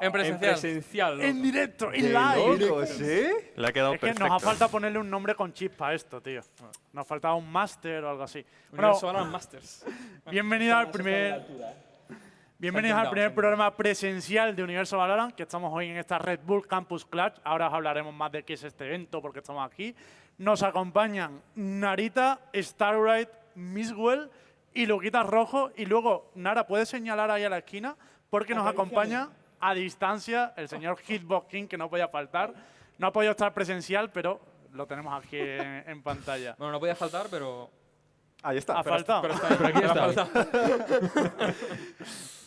En presencial. En presencial. Eh, loco. En directo, Qué en live. loco, ¿sí? Le ha quedado Es que perfecto. nos ha faltado ponerle un nombre con chispa a esto, tío. Nos faltaba un máster o algo así. Bueno, Universo Alan Masters. bienvenidos al primer, bienvenidos al intentado, primer se ha programa presencial de Universo Valorant, que estamos hoy en esta Red Bull Campus Clutch. Ahora os hablaremos más de qué es este evento, porque estamos aquí. Nos acompañan Narita, Starlight, Miswell y Luquita Rojo. Y luego, Nara, ¿puedes señalar ahí a la esquina? Porque nos acompaña a distancia el señor Hitbox King, que no podía faltar. No ha podido estar presencial, pero lo tenemos aquí en, en pantalla. Bueno, no podía faltar, pero. Ahí está. Ha faltado. Pero está ahí, Pero aquí pero ha está. faltado.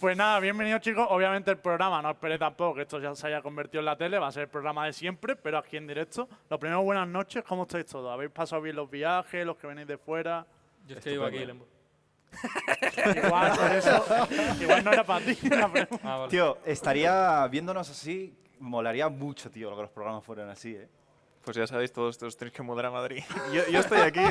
Pues nada, bienvenidos chicos. Obviamente el programa, no esperé tampoco que esto ya se haya convertido en la tele, va a ser el programa de siempre, pero aquí en directo. Lo primero, buenas noches, ¿cómo estáis todos? ¿Habéis pasado bien los viajes, los que venís de fuera? Yo es que vivo aquí, Lembo. Igual, por eso, igual no era para ti. la pregunta. Ah, vale. Tío, estaría viéndonos así, molaría mucho, tío, lo que los programas fueran así, ¿eh? Ah, Pues ya sabéis, todos os tenéis que mudar a Madrid. Yo, yo estoy aquí.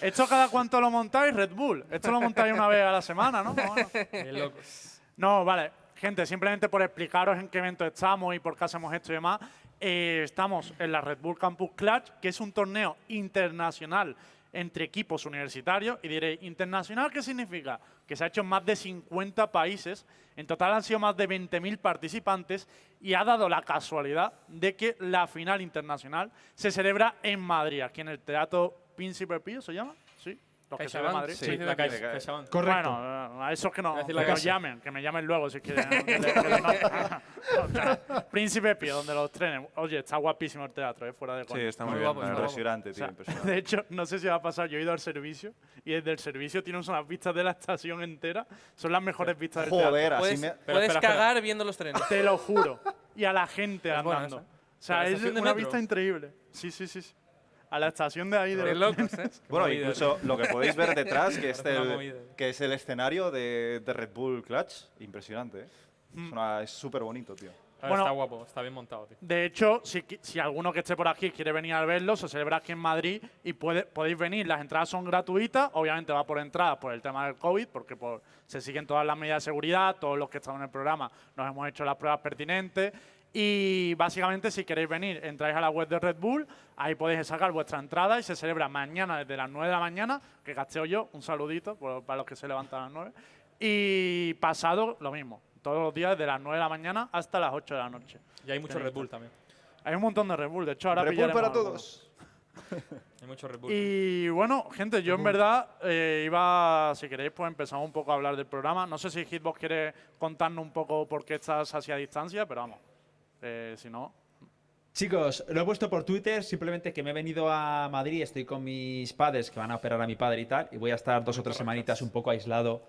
Esto cada cuánto lo montáis, Red Bull. Esto lo montáis una vez a la semana, ¿no? Más o menos. Qué locos. No, vale. Gente, simplemente por explicaros en qué evento estamos y por qué hacemos esto y demás, eh, estamos en la Red Bull Campus Clash, que es un torneo internacional entre equipos universitarios. Y diréis, ¿internacional qué significa? Que se ha hecho en más de 50 países. En total han sido más de 20.000 participantes y ha dado la casualidad de que la final internacional se celebra en Madrid, aquí en el Teatro Príncipe Pío, ¿se llama? Sí, los que se ve en CaixaBank, Madrid. Sí, Sí, la calle. CaixaBank. CaixaBank. Correcto. Bueno, eh, a esos que, no, Voy a decir que la nos casa. llamen, que me llamen luego si quieren. que le- que le- no. O sea, Príncipe Pío, donde los trenes. Oye, está guapísimo el teatro, ¿eh? fuera de Sí, coña. está muy Muy bien. guapo, la está verdad. guapo. Impresionante, O tío, sea, impresionante. de hecho, no sé si va a pasar. Yo he ido al servicio y desde el servicio tienes unas vistas de la estación entera. Son las mejores vistas del teatro. Joder, así Puedes- me... Pero puedes espera, espera. cagar viendo los trenes. Te lo juro. Y a la gente Es buena andando. esa. O sea, ¿A la es una estación de metro? vista increíble. Sí, sí, sí. sí. A la estación de ahí. De Qué los- locos, ¿eh? Bueno, Qué movida. incluso lo que podéis ver detrás, que, es Parece una el, movida. que es el escenario de, de Red Bull Clutch, impresionante, ¿eh? Mm. Es una- Es súper bonito, tío. Ah, Bueno. Está guapo, está bien montado, tío. De hecho, si, qui- si alguno que esté por aquí quiere venir a verlo, se celebra aquí en Madrid y puede- podéis venir. Las entradas son gratuitas, obviamente va por entradas por el tema del COVID, porque por- se siguen todas las medidas de seguridad, todos los que estamos en el programa nos hemos hecho las pruebas pertinentes. Y básicamente, si queréis venir, entráis a la web de Red Bull, ahí podéis sacar vuestra entrada y se celebra mañana desde las 9 de la mañana, que gasteo yo, un saludito por- para los que se levantan a las 9. Y pasado, lo mismo, todos los días desde las 9 de la mañana hasta las 8 de la noche. Y hay mucho Red Bull también. Hay un montón de Red Bull, de hecho ahora Red Bull pillaremos para alguno. todos. Hay mucho Red Bull. Y bueno, gente, yo en verdad eh, iba, si queréis, pues empezamos un poco a hablar del programa. No sé si Hitbox quiere contarnos un poco por qué estás hacia distancia, pero vamos, eh, si no... Chicos, lo he puesto por Twitter, simplemente que me he venido a Madrid, estoy con mis padres que van a operar a mi padre y tal, y voy a estar dos o tres semanitas un poco aislado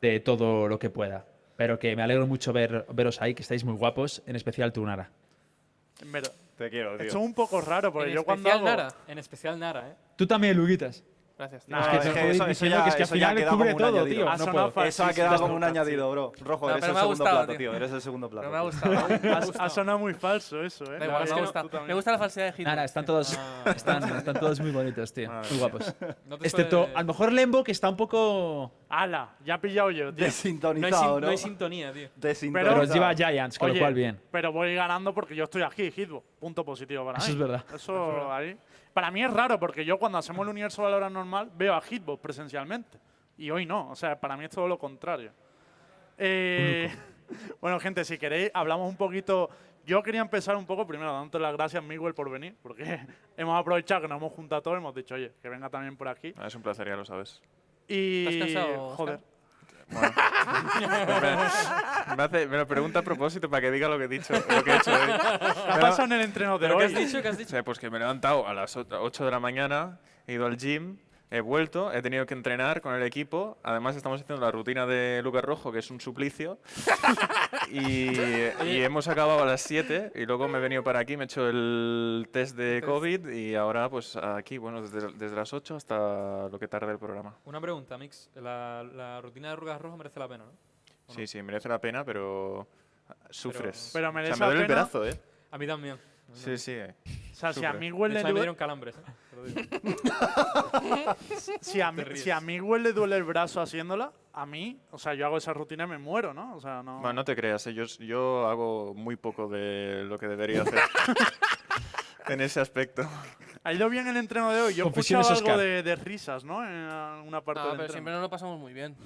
de todo lo que pueda. Pero que me alegro mucho ver, veros ahí, que estáis muy guapos, en especial tú, Nara. En verdad, Te quiero, tío. esto es un poco raro, porque en yo cuando especial hago... Nara. En especial Nara, ¿eh? Tú también, Luguitas. Gracias. tío. No, es que te lo jodéis diciendo que es que Ah, eso ya al final queda como cubre un todo, añadido. Ah, tío. Ha No sonado puedo. fa- Eso ha sí, sí, quedado sí, como un sí. añadido, bro. Rojo, No, eres pero el me ha segundo gustado, plato, tío. tío. Eres el segundo plato. Pero me ha tío. gustado. me Ha, ha gustado. ha sonado muy falso eso, ¿eh? Da igual, Es me que gusta. tú también. Me gusta la falsedad de Hitler. Nara, están todos, Ah. están, están todos muy bonitos, tío. Ah, Muy guapos. No te Excepto, suele- a lo mejor Lembo, que está un poco... ¡Hala! Ya he pillado yo, tío. no hay, sin- Desintonizado, ¿no? no hay sintonía, tío. Desintonizado. Pero os lleva a Giants, con Oye, lo cual bien. Pero voy ganando porque yo estoy aquí, Hitbox. Punto positivo para Eso mí. es verdad. Eso ahí. Para mí es raro porque yo cuando hacemos el universo Valorant normal veo a Hitbox presencialmente. Y hoy no. O sea, para mí es todo lo contrario. Eh, bueno, gente, si queréis, hablamos un poquito. Yo quería empezar un poco primero dándote las gracias, Miguel, por venir, porque hemos aprovechado que nos hemos juntado todos, hemos dicho, oye, que venga también por aquí. Ah, es un placer, ya lo sabes. Y. ¿Estás cansado, Oscar? joder. Bueno. me, me hace- me lo pregunta a propósito para que diga lo que he dicho. Lo que he hecho hoy. ¿Qué ha pasado en el entreno de ¿Pero qué hoy? has dicho? ¿Qué has O dicho? sea, pues que me he levantado a las 8 de la mañana, he ido al gym, he vuelto, he tenido que entrenar con el equipo. Además, estamos haciendo la rutina de Lucas Rojo, que es un suplicio. y, y hemos acabado a las 7 y luego me he venido para aquí, me he hecho el test de COVID y ahora, pues aquí, bueno, desde, desde las 8 hasta lo que tarda el programa. Una pregunta, Mix. La, la rutina de Rugas Rojas merece la pena, ¿no? Sí, sí, merece la pena, pero sufres. Pero O sea, merece me duele la el pena. pedazo, ¿eh? A mí también. Sí, sí. eh. O sea, si a Súper. mí De hecho, huele ahí me dieron calambres. ¿eh? si a, mí, si a mí huele duele el brazo haciéndola, a mí, o sea, yo hago esa rutina y me muero, ¿no? O sea, no. Bueno, no te creas, eh, yo, s- yo hago muy poco de lo que debería hacer en ese aspecto. Ha ido bien el entreno de hoy. Yo escuchaba Confesiones algo Oscar. de, de risas, ¿no? En una parte No, del pero entreno. siempre nos lo pasamos muy bien.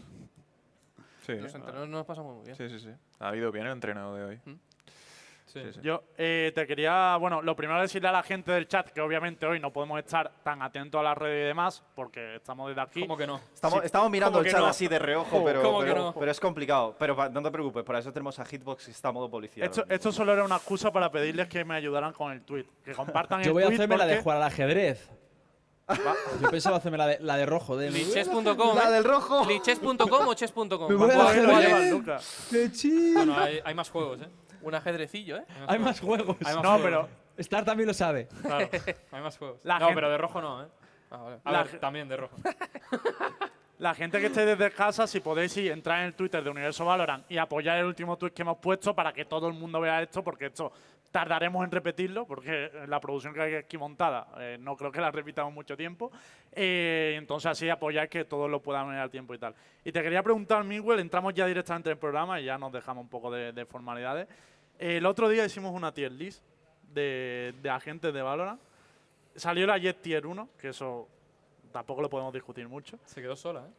Sí, Los entrenos nos pasamos muy bien. Ah. sí, sí, sí. Ha ido bien el entrenado de hoy. Sí. Sí, sí. Yo eh, te quería, bueno, lo primero decirle a la gente del chat que obviamente hoy no podemos estar tan atentos a las redes y demás, porque estamos desde aquí. ¿Cómo que no? Estamos, estamos mirando ¿Cómo el que chat no? así de reojo, pero, ¿Cómo que pero, no? pero es complicado. Pero pa- no te preocupes, para eso tenemos a Hitbox que está a modo policía. Esto, ahora mismo. esto solo era una excusa para pedirles que me ayudaran con el tweet. Que compartan Yo el voy a tweet hacerme la de porque- jugar al ajedrez. Yo pensaba hacerme la de, la de rojo. De Liches.com. La ¿eh? del rojo. Liches.com o chess.com. Me voy ¿Cuál- a Joder, hacer lo cuál bien. es? llevas, Luca. ¡Qué chido! Bueno, hay, hay más juegos, ¿eh? Un ajedrecillo, ¿eh? Hay más juegos. Hay más No, juegos. pero Star también lo sabe. Claro, hay más juegos. La no, gente- pero de rojo no, ¿eh? Ah, vale. A La ver, ge- también de rojo. la gente que esté desde casa, si podéis sí, entrar en el Twitter de Universo Valorant y apoyar el último tweet que hemos puesto para que todo el mundo vea esto, porque esto tardaremos en repetirlo, porque la producción que hay aquí montada eh, no creo que la repitamos mucho tiempo. Eh, entonces así apoyar que todos lo puedan ver al tiempo y tal. Y te quería preguntar, Miguel, entramos ya directamente en el programa y ya nos dejamos un poco de, de formalidades. Eh, El otro día hicimos una tier list de, de agentes de Valorant. Salió la Jet Tier 1, que eso tampoco lo podemos discutir mucho. Se quedó sola, ¿eh?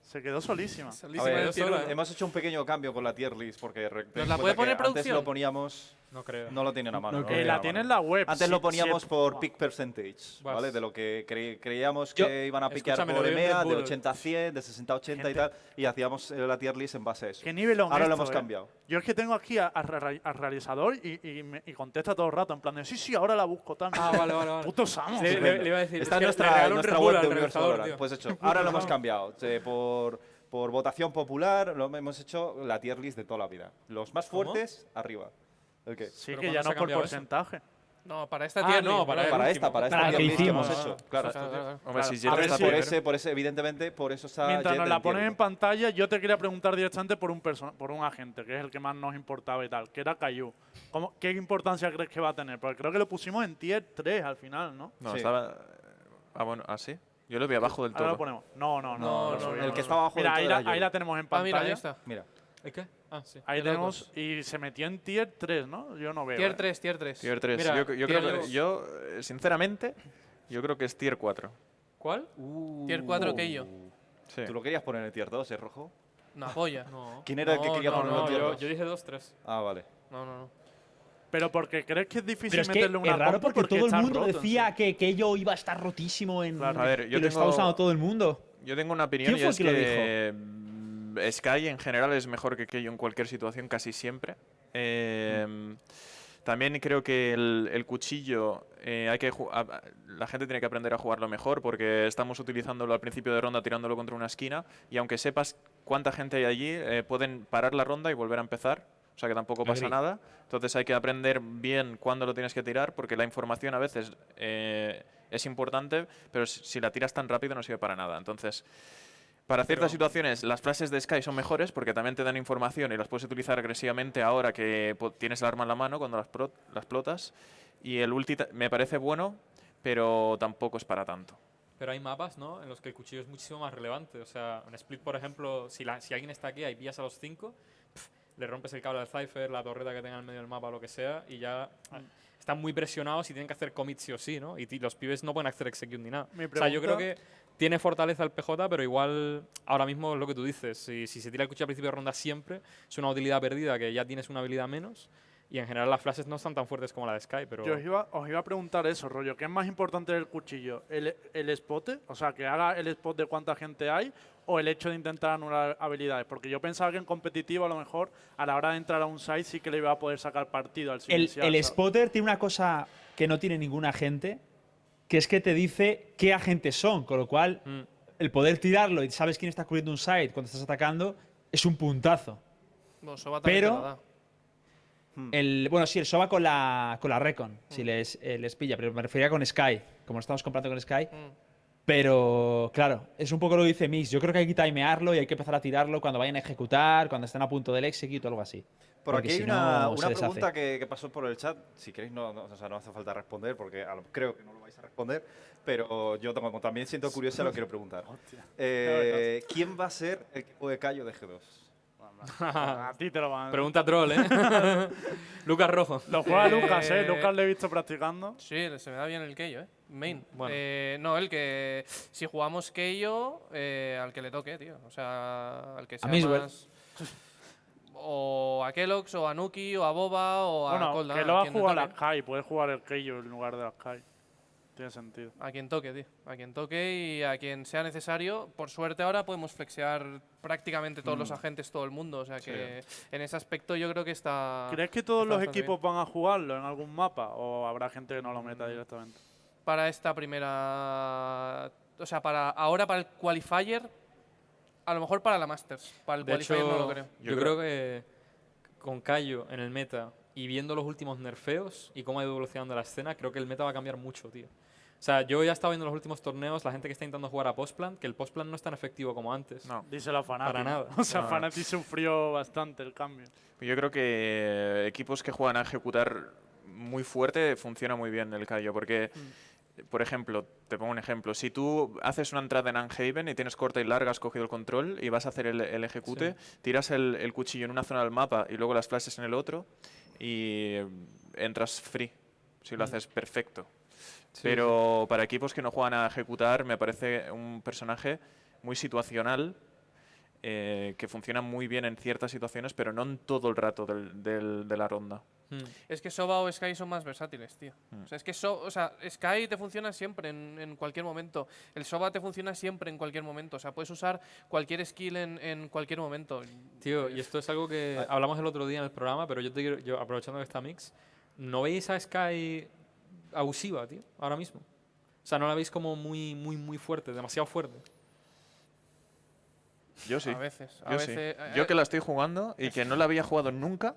Se quedó solísima. A Solísima ver, de sola, ¿eh? hemos hecho un pequeño cambio con la tier list porque re- ten ¿Nos en la puede cuenta que antes poner lo producción? poníamos No creo. no lo tienen a mano. No no lo Eh, creo. tienen a la mano. tiene en la web. Antes Si- lo si- poníamos por pick percentage, Vas. ¿vale? De lo que cre- creíamos Yo- que iban a picar Escúchame, lo por veo en EMEA, Red de Bull. 80 a 100, de 60 a 80 y tal, y hacíamos eh, la tier list en base a eso. ¿Qué nivel eh. Ahora lo hemos cambiado. Yo es que tengo aquí a- a ra- al realizador y, y me- y contesta todo el rato, en plan de, sí, sí, ahora la busco tal. Ah, vale, vale, vale. Puto Samus. Le- le- le iba a decir, es Está en que le nuestra, regaló en un nuestra Red Bull web al de Universal realizador, Oral. tío. Pues hecho, ahora lo hemos cambiado. eh, por, por votación popular lo hemos hecho la tier list de toda la vida. Los más ¿Cómo? fuertes, arriba. Ok. Sí, ¿Pero que cuándo ya no se ha por cambiado eso? porcentaje. No, para esta Ah, tier no, list, para ¿no? el Para esta, último. para Para esta tier la que list que hicimos. hemos hecho. Claro. Claro, claro, claro. Hombre, Claro, si a Jet ver está si- por Por, eso. ese, por ese, evidentemente, por eso está Mientras Jet nos en la tier ponen uno. en pantalla, yo te quería preguntar directamente por un, perso- por un agente, que es el que más nos importaba y tal, que era Cayu. ¿Cómo- ¿Qué importancia crees que va a tener? Porque creo que lo pusimos en tier 3 al final, ¿no? No, Sí. estaba. Ah, bueno, así. Yo lo vi abajo del Ahora todo. lo ponemos. No, no, no. No, lo no, subimos, no, el que lo estaba abajo subimos. del Mira, ahí todo la, era ahí yo. la tenemos en Ah, mira, pantalla. ahí está. Mira. ¿El qué? Ah, sí. Ahí Qué locos. tenemos, y se metió en tier 3, ¿no? Yo no veo. Tier eh. 3, tier 3. Tier 3. Mira, yo, yo tier creo dos. que, yo, eh, sinceramente, yo creo que es tier 4. ¿Cuál? Tier 4 que yo. Sí. Uh, ¿Tú lo querías poner en el tier 2, ¿eh, rojo? Una joya. No. ¿Quién era el que No, quería no, ponerlo en No, tier yo, 2? yo dije 2-3. Ah, vale. No, no, no. Pero porque crees que es difícil Pero es que meterle una es raro compu porque, todo el está mundo roto, decía que, que yo iba a estar rotísimo en. Claro. A ver, yo y lo está tengo- usando todo el mundo. Yo tengo una opinión ¿Quién y fue es el que lo que mm, Sky en general es mejor que Keio en cualquier situación casi siempre. Eh, También creo que el, el cuchillo eh, hay que ju- a- a- la gente tiene que aprender a jugarlo mejor porque estamos utilizándolo al principio de ronda tirándolo contra una esquina y aunque sepas cuánta gente hay allí eh, pueden parar la ronda y volver a empezar. O sea que tampoco pasa Agreed. nada. Entonces hay que aprender bien cuándo lo tienes que tirar porque la información a veces eh, es importante, pero si- si la tiras tan rápido no sirve para nada. Entonces para ciertas situaciones, las frases de Sky son mejores porque también te dan información y las puedes utilizar agresivamente ahora que po- tienes el arma en la mano cuando las, pro- las plotas. Y el ulti ta- me parece bueno, pero tampoco es para tanto. Pero hay mapas, ¿no? En los que el cuchillo es muchísimo más relevante. O sea, en Split, por ejemplo, si, la- si alguien está aquí, hay vías a los 5, le rompes el cable al Cypher, la torreta que tenga en el medio del mapa, lo que sea, y ya Mm. ah, están muy presionados y tienen que hacer commit sí o sí, ¿no? Y ti- los pibes no pueden hacer execute ni nada. Mi O sea, yo pregunta- creo que tiene fortaleza el PJ, pero igual ahora mismo es lo que tú dices. Si, si se tira el cuchillo al principio de ronda siempre, es una utilidad perdida, que ya tienes una habilidad menos. Y en general las frases no están tan fuertes como la de Sky, pero... Yo os iba, os iba a preguntar eso, rollo. ¿Qué es más importante del cuchillo? ¿El, ¿El spote? O sea, que haga el spot de cuánta gente hay o el hecho de intentar anular habilidades. Porque yo pensaba que en competitivo, a lo mejor, a la hora de entrar a un site, sí que le iba a poder sacar partido al El, silenciar, el ¿sabes? spotter tiene una cosa que no tiene ningún agente, que es que te dice qué agentes son, con lo cual Mm. el poder tirarlo y sabes quién está cubriendo un site cuando estás atacando es un puntazo. No, Soba también Pero- te lo da. El, bueno, sí, el SOBA con la, con la Recon, si les, eh, les pilla, pero me refería con Sky. Como lo estamos comprando con Sky, Mm. Pero claro, es un poco lo que dice Mix. Yo creo que hay que timearlo y hay que empezar a tirarlo cuando vayan a ejecutar, cuando estén a punto del execute o algo así. Por Porque aquí hay si una, no, se una deshace. pregunta que, que pasó por el chat. Si queréis, no, no, o sea, no hace falta responder porque a lo- creo que no lo vais a responder. Pero yo tengo- también siento curiosa y lo quiero preguntar. Eh, ¿Quién va a ser el equipo de callo de G2? A ti te lo van. Pregunta troll, ¿eh? Lucas Rojo. Lo juega Eh, Lucas, ¿eh? Lucas le he visto practicando. Sí, se me da bien el Keio, ¿eh? Main. Bueno. Eh, no, el que. Si jugamos Keio, eh, al que le toque, tío. O sea, al que sea Miswell. más. O a Kellogg's, o a Nuki, o a Boba, o a Bueno, Koldan, que lo a va a quien le jugar toque. las Kai, puede jugar el Keio en lugar de las Kai. Tiene sentido. A quien toque, tío. A quien toque y a quien sea necesario. Por suerte ahora podemos flexear prácticamente todos Mm. los agentes, todo el mundo. O sea que en ese aspecto yo creo que está... Ah, ¿Crees que todos está los bastante equipos van a jugarlo en algún mapa o habrá gente que no lo Mm. meta directamente? Para esta primera... O sea, para ahora para el qualifier, a lo mejor para la Masters. Para el De hecho, qualifier no lo creo. yo, creo que con Cayo en el meta y viendo los últimos nerfeos y cómo ha ido evolucionando la escena, creo que el meta va a cambiar mucho, tío. O sea, yo ya estaba viendo los últimos torneos, la gente que está intentando jugar a Postplan, que el Postplan no es tan efectivo como antes. No. Díselo a Fanati. Para nada. O sea, No. Fanati sufrió bastante el cambio. Yo creo que eh, equipos que juegan a ejecutar muy fuerte funciona muy bien el callo, porque, por ejemplo, te pongo un ejemplo, si tú haces una entrada en Unhaven y tienes corta y larga, has cogido el control y vas a hacer el, el ejecute, tiras el, el cuchillo en una zona del mapa y luego las flashes en el otro y eh, entras free, si lo haces perfecto. Pero para equipos que no juegan a ejecutar, me parece un personaje muy situacional eh, que funciona muy bien en ciertas situaciones, pero no en todo el rato del- del- de la ronda. Hmm. Es que Soba o Sky son más versátiles, tío. Mm. O sea, es que So- o sea, Sky te funciona siempre, en, en cualquier momento. El Soba te funciona siempre, en cualquier momento. O sea, puedes usar cualquier skill en, en cualquier momento. Tío, y esto es algo que hablamos el otro día en el programa, pero yo te quiero, yo, aprovechando que está Mix, ¿no veis a Sky abusiva, tío, ahora mismo? O sea, no la veis como muy, muy, muy fuerte, demasiado fuerte. Yo sí. A veces. A yo sí. veces eh, Yo que la estoy jugando y que no la había jugado nunca,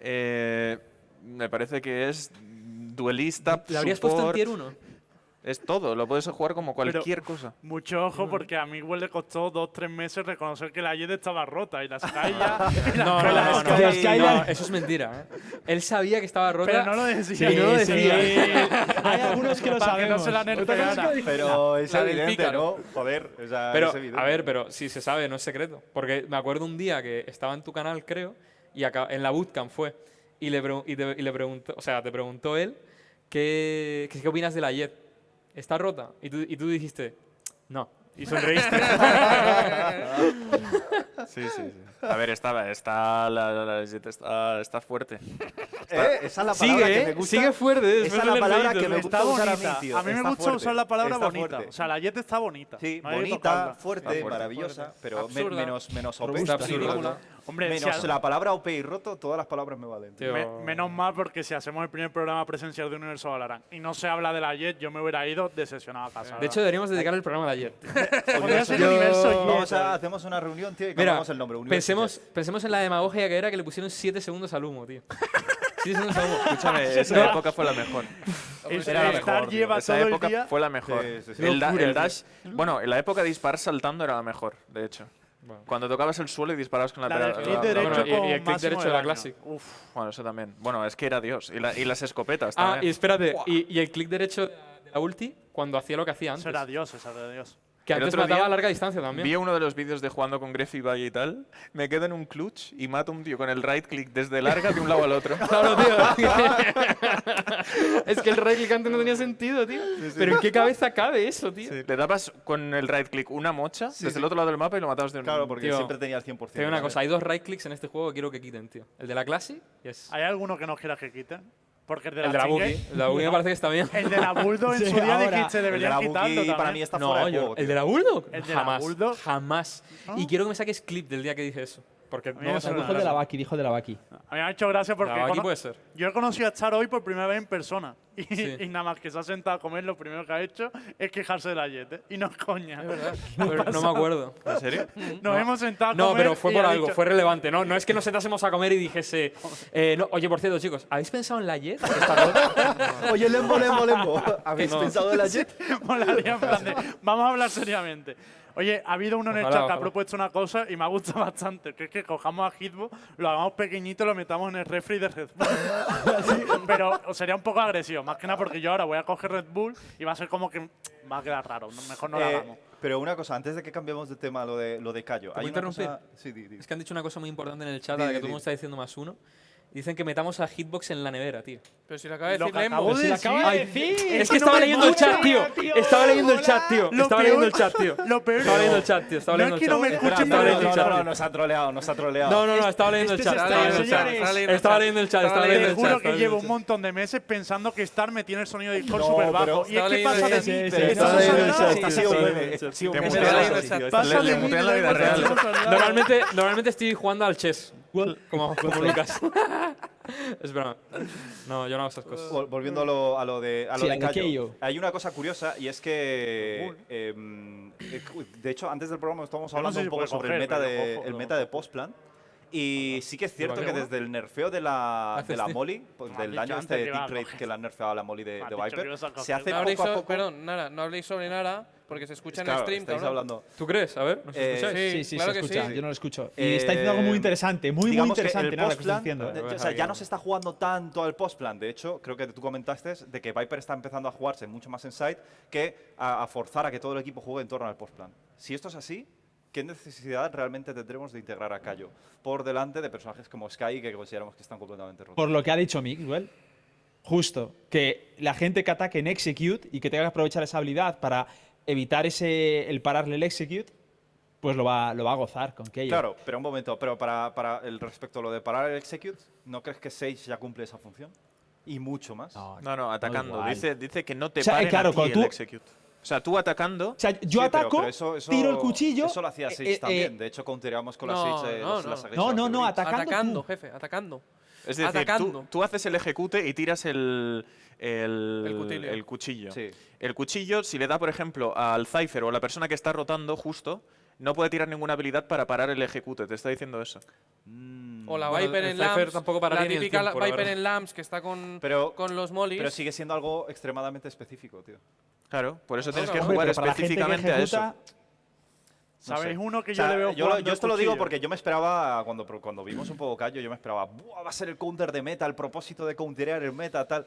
eh, me parece que es duelista, ¿La habrías puesto en support, tier 1? es todo, lo puedes jugar como cualquier cosa. Mucho Mm. ojo porque a Miguel le costó dos tres meses reconocer que la Jet estaba rota y la Sky Ah. ya. y la No, no, Sky- no, la Sky- no, Sky- no, eso es mentira. ¿eh? Él sabía que estaba rota. Pero no lo decía. Sí, no lo sí. decía. Hay algunos que lo Para que no sabemos. se la nerfeara. Pero es la del evidente, ¿no? pícaro. Joder, o sea, Pero, es evidente. Eh, a ver, pero si se sabe, no es secreto. Porque me acuerdo un día que estaba en tu canal, creo, y acá, en la bootcamp fue, y le, pregun- y te- y le preguntó, o sea, te preguntó él, ¿qué, qué, qué opinas de la Jet? ¿Está rota? Y tú, y tú dijiste, no. Y sonreíste. Sí, sí, A ver, estaba, está, la, la- la- está, está fuerte. Eh, Esa es la palabra que me sigue, gusta. sigue fuerte. ¿eh? Esa después es la del palabra dedito, que me ¿no? gusta Está usar a mí, bonita. tío. A mí me Está gusta fuerte, usar la palabra está bonita. fuerte. O sea, la Jet está bonita. Sí, no hay que bonita, tocarla. fuerte, Está fuerte. maravillosa, pero me- Absurda. menos, menos OP. Robusta, Sí, absurda. ridícula. Hombre, si menos al- la palabra OP y roto, todas las palabras me valen. Tío, tío. Me- menos mal porque si hacemos el primer programa presencial de Universo Valorant y no se habla de la Jet, yo me hubiera ido decepcionado a casa. De hecho, deberíamos dedicar el programa de ayer. podría ser Yo- Universo Jet. Vamos a hacemos una reunión, tío, y Mira, cambiamos el nombre. Universo pensemos, Jet. pensemos en la demagogia que era que le pusieron 7 segundos al humo, tío. 7 segundos al humo. Escúchame, esa época fue la mejor. Es- Era la estar mejor, tío. lleva Esa todo época el día. fue la mejor. Sí, sí, sí. El, da- Locura, el dash, bueno, en la época de disparar saltando era la mejor, de hecho. Bueno. Cuando tocabas el suelo y disparabas con la La del pelota. clic la- derecho bueno, y- y el con clic máximo derecho de de la daño. Classic. Uf, Bueno, eso también. Bueno, es que era Dios. Y, la- y las escopetas Ah, y también. espérate, y, y el clic derecho de la- de la ulti cuando hacía lo que hacía antes. eso era Dios, eso era Dios. Que El antes otro mataba día a larga distancia también. Vi uno de los vídeos de jugando con Greffy Valle y tal. Me quedo en un clutch y mato a un tío con el right click desde larga de un lado al otro. Claro, tío. es que el right click antes no tenía sentido, tío. Pero ¿en qué cabeza cabe eso, tío? Sí, Le dabas con el right click una mocha desde el otro lado del mapa y lo matabas de un. Claro, porque Tío, siempre tenía el 100%. Te digo una ¿vale? cosa, hay dos right clicks en este juego que quiero que quiten, tío. El de la clase y es ¿Hay alguno que no quieras que quiten? Porque el de la, el de la Buki. Chingate- El de la Buki me parece que está bien. El de la Bulldog en Sí, su día ahora, dijiste El de la deberían Buki quitarlo también. para mí está fuera No, de yo- ¿El juego. tío. de la Bulldog? ¿El de la jamás. Bulldog? Jamás. Y quiero que me saques clip del día que dije eso. Porque mí me no se suena. me Hijo Dijo de de hace. la Baki, dijo de la Baki. A mí me ha hecho gracia porque Navaki cono- puede ser. yo he conocido a Char hoy por primera vez en persona. Y, Sí. y nada más que se ha sentado a comer, lo primero que ha hecho es quejarse de la Yete. Y no es coña. Es verdad. Pero no me acuerdo. ¿En serio? Nos hemos sentado a comer. ¿Mm? No, pero fue y por ha algo, dicho- fue relevante. No, no es que nos sentásemos a comer y dijese. eh, no, oye, por cierto, chicos, ¿habéis pensado en la Jet? Esta tarde?" Oye, Lembo, Lembo, Lembo. ¿Habéis No. pensado en la Jet? Molaría en plan de, vamos a hablar seriamente. Oye, ha habido uno en el Ojalá, chat que ha ojalá. propuesto una cosa y me ha gustado bastante, que es que cojamos a Hitbo, lo hagamos pequeñito y lo metamos en el refri de Red Bull. Pero sería un poco agresivo, más que nada porque yo ahora voy a coger Red Bull y va a ser como que va a quedar raro, no- mejor no lo Eh, hagamos. pero una cosa, antes de que cambiemos de tema lo de, lo de Cayo. ¿Te puedo una cosa- interrumpir? Sí, di, di. es que han dicho una cosa muy importante en el chat, Di, a la di, que todo di. el mundo está diciendo más uno. Dicen que metamos a Hitbox en la nevera, tío. Pero si lo acaba de Lo decir que acabo Lembo. de la acaba de decir. decir. Es que estaba leyendo el chat, tío. Estaba leyendo el chat, tío. Lo Estaba leyendo el peor- chat, tío. Lo peor Estaba leyendo el chat, tío. Estaba No es leyendo el que no chat. me escuchen, Estaba pero- leyendo el chat, tío. nos ha troleado, nos ha troleado. No, no, no, estaba leyendo el este chat. se Estaba está leyendo el chat. señores. Estaba leyendo el chat. Estaba leyendo Te el juro chat. que llevo un montón de meses pensando que estar me tiene el sonido de Discord súper bajo. Y es que estaba leyendo pasa el de chat, mí, sí, pero eso sí, estaba no leyendo son el nada. chat, Estás- sí, Pasa de mí, en la vida Lembo. real. Normalmente, normalmente estoy jugando al chess. Como, como Lucas. es broma. No, yo no hago esas cosas. Vol- Volviendo a lo, a lo de, a lo Sí, de al de Cayo. Keio. Hay una cosa curiosa y es que. em, eh, cu- de hecho, antes del programa estábamos Yo no hablando sé si un poco puede sobre coger, el meta pero de, cojo, el lo meta de Postplan. Ah, Y sí que es cierto ¿Te que va a desde el nerfeo de la, de Haces la sí. Molly, pues, Me has del dicho daño antes este de que iba a Team Crate coger. que la han nerfeado la Molly de, Me has de dicho que Viper, ibas a coger. se hace No habléis poco a so- poco. Perdón, Nara, no habléis sobre Nara porque se escucha en Claro, stream, estáis cabrón. hablando. ¿Tú crees? A ver, ¿nos Eh, escucháis? Sí, sí, claro se que escucha. sí. Yo no lo escucho. Y está diciendo algo muy Eh, interesante, muy, muy digamos que interesante, el nada, lo que estás postplan, diciendo. de- Voy a o sea, dejar ya que- no se está jugando tanto al postplan. De hecho, creo que tú comentaste de que Viper está empezando a jugarse mucho más en side que a, a forzar a que todo el equipo juegue en torno al postplan. Si esto es así, ¿qué necesidad realmente tendremos de integrar a Cayo por delante de personajes como Sky que consideramos que están completamente rotos? Por lo que ha dicho Miguel, justo, que la gente que ataque en execute y que tenga que aprovechar esa habilidad para evitar ese el pararle el execute, pues lo va, lo va a gozar con Keio. Claro, pero un momento, pero para, para el respecto a lo de parar el execute, ¿no crees que Sage ya cumple esa función? Y mucho más. No, No, no, atacando. igual. dice, dice que no te O sea, paren claro, a ti cuando el tú- execute. O sea, tú atacando. O sea, yo Sí, pero- ataco, pero eso- eso- tiro el cuchillo. Eso lo hacía eh, Sage eh, eh, también. de hecho, counteríamos con la no, Sage. eh, no, las- no. las No, no, no, agresiones. atacando tú. Atacando, jefe, atacando. Es decir, tú- atacando. Tú, haces el ejecute y tiras el, el, El cutillo. el cuchillo. Sí. El cuchillo, si le da, por ejemplo, al Cypher o a la persona que está rotando justo, no puede tirar ninguna habilidad para parar el ejecute. Te está diciendo eso. O la Bueno, Viper el en Cypher Lams. tampoco para la bien el típica la- tiempo, la Viper verdad. en Lams que está con, Pero- con los mollies. Pero sigue siendo algo extremadamente específico, tío. Claro, por eso tienes que hombre, jugar pero para la gente que específicamente a eso. ejecuta, No ¿Sabéis sé. uno que O sea, yo le veo yo, lo- jugando yo el esto lo digo cuchillo? porque yo me esperaba, cuando, pro- cuando vimos un poco callo, yo me esperaba, "Buah, va a ser el counter de meta, el propósito de counterear el meta, tal.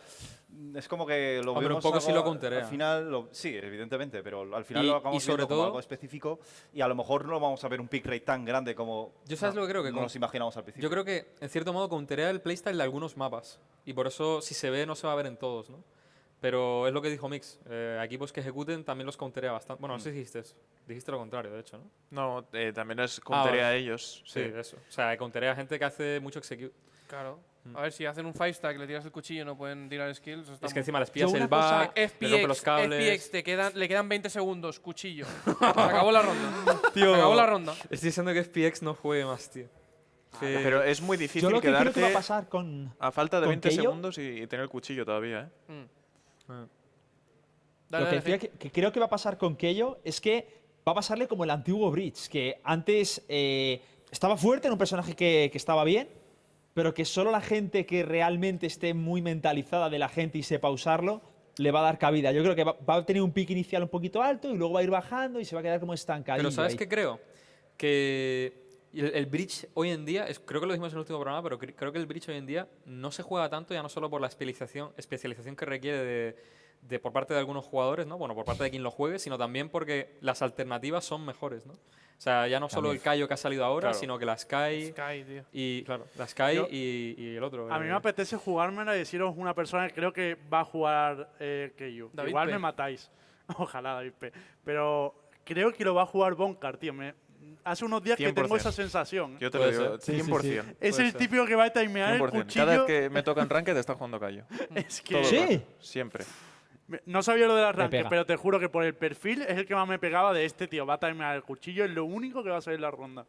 Mm, Es como que lo Hombre, un vimos poco algo sí lo a- counterea. Al final, lo- sí, evidentemente, pero al final Y- lo y acabamos sobre viendo como todo- algo específico y a lo mejor no vamos a ver un pick rate tan grande como Yo sabes no, lo que creo que no con- nos imaginamos al principio. Yo creo que, en cierto modo, counterea el playstyle de algunos mapas. Y por eso, si se ve, no se va a ver en todos, ¿no? Pero es lo que dijo Mix. Eh, equipos que ejecuten también los counterea bastante. Bueno, no sé si dijiste eso. Dijiste lo contrario, de hecho, ¿no? No, eh, también es Ah, counterea a ellos. Sí, Sí. eso. O sea, counterea gente que hace mucho execute. Claro. A ver, si hacen un five stack, le tiras el cuchillo, no pueden tirar skills. eso está Es que muy- Eh, encima les pillas una el cosa- back, les rompes FPX, los cables. FPX, te quedan, le quedan 20 segundos, cuchillo. Se acabó la ronda. Tío. Se acabó la ronda. Estoy diciendo que FPX no juegue más, tío. Que- Pero es muy difícil yo lo que creo quedarte que va a pasar con. a falta de con 20 Keio- segundos y, y tener el cuchillo todavía, ¿eh? Mm. Ah. Dale, lo que, dale, decía que- que creo que va a pasar con Keio es que va a pasarle como el antiguo Bridge, que antes eh, estaba fuerte en un personaje que, que estaba bien, pero que solo la gente que realmente esté muy mentalizada de la gente y sepa usarlo le va a dar cabida. Yo creo que va, va a tener un pico inicial un poquito alto y luego va a ir bajando y se va a quedar como estancadillo. Pero ¿sabes ahí. qué creo? Que el, el bridge hoy en día, es- creo que lo dijimos en el último programa, pero cre- creo que el bridge hoy en día no se juega tanto, ya no solo por la especialización, especialización que requiere de, de por parte de algunos jugadores, ¿no? Bueno, por parte de quien lo juegue, sino también porque las alternativas son mejores, ¿no? O sea, ya no solo el Cayo que ha salido ahora, Claro. sino que la Sky Sky, tío. y claro, la Sky Yo- y, y el otro. A mí eh, me apetece jugármela y deciros una persona que creo que va a jugar eh, Keyu. David Igual P. me matáis. Ojalá, David P. Pero creo que lo va a jugar Boncar, tío. Me- hace unos días que tengo 100%. esa sensación. Yo te lo Puede digo, 100%. Sí, sí, sí. es el ser. típico que va a timear el 100%. Cada vez cuchillo. que me tocan ranked está jugando callo. Es que Todo el Sí. rato, Siempre. me- no sabía lo de las Me rankings, pega. pero te juro que por el perfil es el que más me pegaba de este tío. Va a timear el cuchillo, es lo único que va a salir la ronda.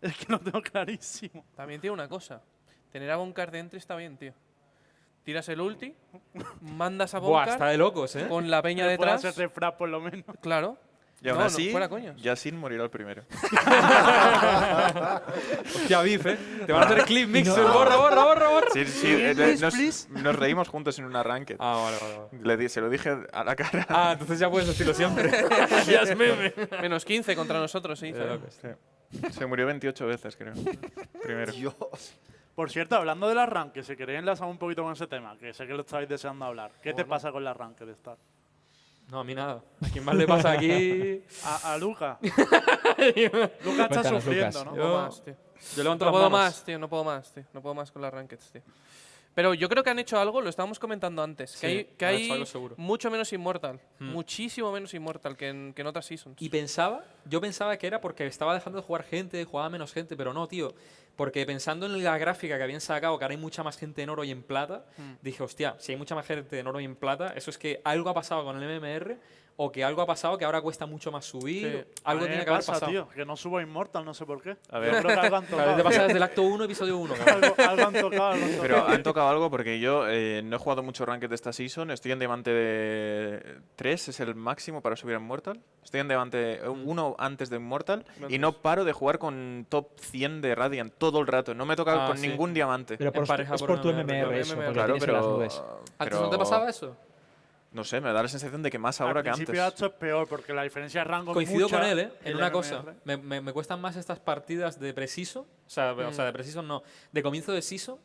Es que lo tengo clarísimo. También tiene una cosa. Tener a Bonkar dentro está bien, tío. Tiras el ulti, mandas a Buah, Bonkar está de locos, ¿eh? con la peña Que pueda detrás. hacerte frag por lo menos. Claro. Y aún No, no, así, fuera coñas. Yasin morirá el primero. Hostia, Biff, ¿eh? Te van a hacer clip mixer. Borra, borra, borra, borra. Sí, sí, eh, eh, nos, nos reímos juntos en un arranque. Ah, vale, vale, vale. Le di- se lo dije a la cara. Ah, entonces ya puedes decirlo siempre. ya es meme. Menos 15 contra nosotros, sí. De locos. Sí. Se murió 28 veces, creo. Primero. Dios. Por cierto, hablando del arranque, si queréis enlazar un poquito con ese tema, que sé que lo estáis deseando hablar. ¿Qué te pasa con el arranque de estar? No, a mí nada. ¿A quién más le pasa aquí? A, a Luca. Luca está Cuéntanos, sufriendo, Lucas. ¿no? No puedo Yo- más, tío. Yo levanto No las puedo manos. más, tío. No puedo más, tío. No puedo más con las rankings, tío. Pero yo creo que han hecho algo, lo estábamos comentando antes. Sí, que hay, que han hay hecho algo seguro. mucho menos Immortal. Muchísimo menos Immortal que en, que en otras seasons. Y pensaba, yo pensaba que era porque estaba dejando de jugar gente, jugaba menos gente, pero no, tío. Porque pensando en la gráfica que habían sacado, que ahora hay mucha más gente en oro y en plata, Mm. dije, hostia, si hay mucha más gente en oro y en plata, eso es que algo ha pasado con el MMR o que algo ha pasado que ahora cuesta mucho más subir. Sí. A Algo mí tiene me que haber pasa, pasado. tío, que no subo a Immortal, no sé por qué. A ver. Yo creo que algo han Claro, te tocado. pasa desde el acto 1, episodio 1. algo, algo han tocado, algo han Pero tocado. han tocado algo porque yo eh, no he jugado mucho ranked de esta season. Estoy en diamante de 3, es el máximo para subir a Immortal. Estoy en diamante 1 antes de Immortal y no paro de jugar con top 100 de Radiant todo el rato. No me he tocado Ah, con sí. ningún diamante. Pero por, Empareja es por por tu MMR, MMR, eso, MMR. porque claro, tienes en las pero, nubes. pero- ¿Antes no te pasaba eso? No sé, me da la sensación de que más ahora Al que antes. principio esto es peor, porque la diferencia de rango es Coincido mucha con él, ¿eh? y En el una MMR. cosa. Me, me- me cuestan más estas partidas de preciso, o sea, o sea, de preciso no, de comienzo de season,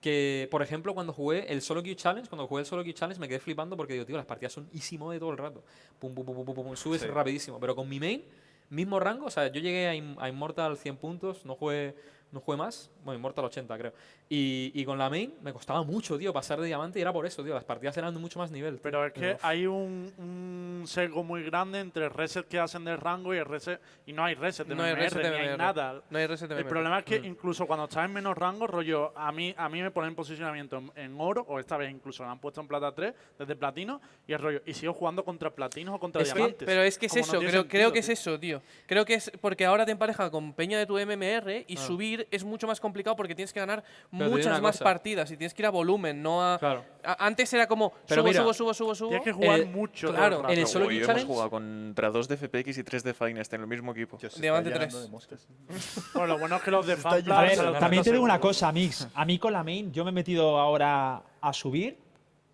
que, por ejemplo, cuando jugué el Solo Queue Challenge, cuando jugué el Solo Queue Challenge me quedé flipando porque digo, tío, las partidas son easy mode todo el rato. Pum, pum, pum, pum, pum, pum, pum, subes Sí. rapidísimo. Pero con mi main, mismo rango, o sea, yo llegué a, Im- a Immortal 100 puntos, no jugué, no jugué más, bueno, Immortal 80 creo. Y, y con la main me costaba mucho, tío, pasar de diamante y era por eso, tío, las partidas eran de mucho más nivel. tío. Pero es que hay un, un sesgo muy grande entre el reset que hacen del rango y el reset. Y no hay reset de No hay MMR, reset de ni hay MMR. nada. No hay reset de Mm. El MMR. problema es que incluso cuando estás en menos rango, rollo, a mí, a mí me ponen posicionamiento en, en oro, o esta vez incluso me han puesto en plata 3, desde platino, y el rollo, y sigo jugando contra platinos o contra Es que- diamantes. Pero es que es Como no eso, tiene creo, creo sentido, que es tío. eso, tío. Creo que es porque ahora te empareja con peña de tu MMR Ah. y subir es mucho más complicado porque tienes que ganar Pero te digo muchas una más cosa. partidas y tienes que ir a volumen, no a... Claro. a- antes era como Pero subo, mira, subo, subo, subo, subo. Tienes que jugar Eh, mucho. todo claro, el en rato. el solo Uy, queue hemos challenge- jugado contra 2 de FPX y 3 de Finest en el mismo equipo. Dios, se Diamante está tres. llenando de moscas. Bueno, lo bueno es que los de Fan A Plan se ver, los también te digo una seguro. cosa, Mix. A mí con la main, yo me he metido ahora a subir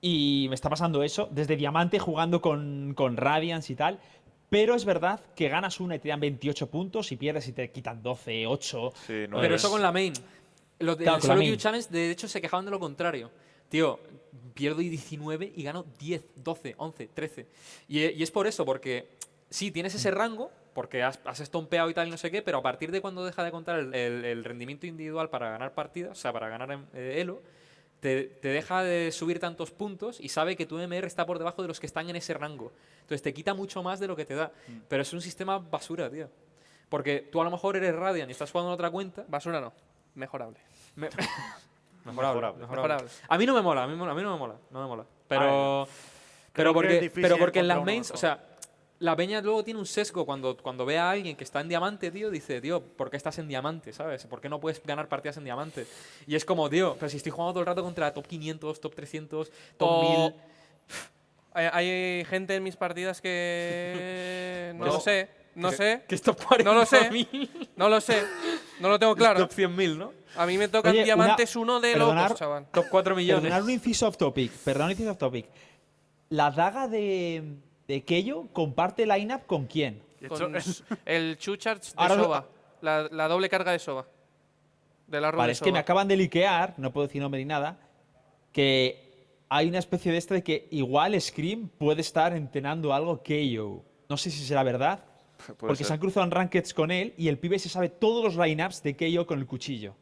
y me está pasando eso. Desde diamante jugando con, con Radiance y tal. Pero es verdad que ganas una y te dan 28 puntos y pierdes y te quitan 12, 8. Sí, no Pero es- eso con la main. Los de Claro, el con la Solo main. Queue Challenge, de hecho, se quejaban de lo contrario. Tío, pierdo 19 y gano 10, 12, 11, 13. Y, e- y es por eso, porque sí, tienes ese rango, porque has, has estompeado y tal y no sé qué, pero a partir de cuando deja de contar el, el- el rendimiento individual para ganar partidas, o sea, para ganar em, eh, elo, te, te deja de subir tantos puntos y sabe que tu MR está por debajo de los que están en ese rango. Entonces te quita mucho más de lo que te da. Pero es un sistema basura, tío. Porque tú a lo mejor eres Radiant y estás jugando en otra cuenta Basura no, mejorable. me- mejorable, Mejorable. mejorable. Mejorable. A mí no me mola, a mí, mo- a mí no me mola, no me mola. Pero, pero, creo que es porque, difícil pero porque en las encontrar uno mains, o sea, la peña luego tiene un sesgo cuando, cuando ve a alguien que está en diamante, tío, dice, tío, ¿por qué estás en diamante, sabes? ¿Por qué no puedes ganar partidas en diamante? Y es como, tío, pero si estoy jugando todo el rato contra top 500, top 300, top Oh, O- 1000... Hay, hay gente en mis partidas que... no Yo- lo sé, no que- sé, Que es top 40, No lo sé. 1000, no lo sé. No lo tengo claro. top 100.000, ¿no? A mí me tocan Oye, una- diamantes uno de perdonar- locos, chaval. Top 4 millones. Perdonad un inciso off topic. Perdón, un inciso off topic. La daga de, de Kello comparte lineup con quién? Y esto Con es- s- el Chuchards de Ahora lo- Soba. La, la doble carga de Soba. De la rueda Vale, de es que me Soba. acaban de liquear, no puedo decir nombre ni nada, que hay una especie de esta de que igual Scream puede estar entrenando algo KO. No sé si será verdad, Puede porque ser. se han cruzado en rankeds con él y el pibe se sabe todos los lineups de KO con el cuchillo.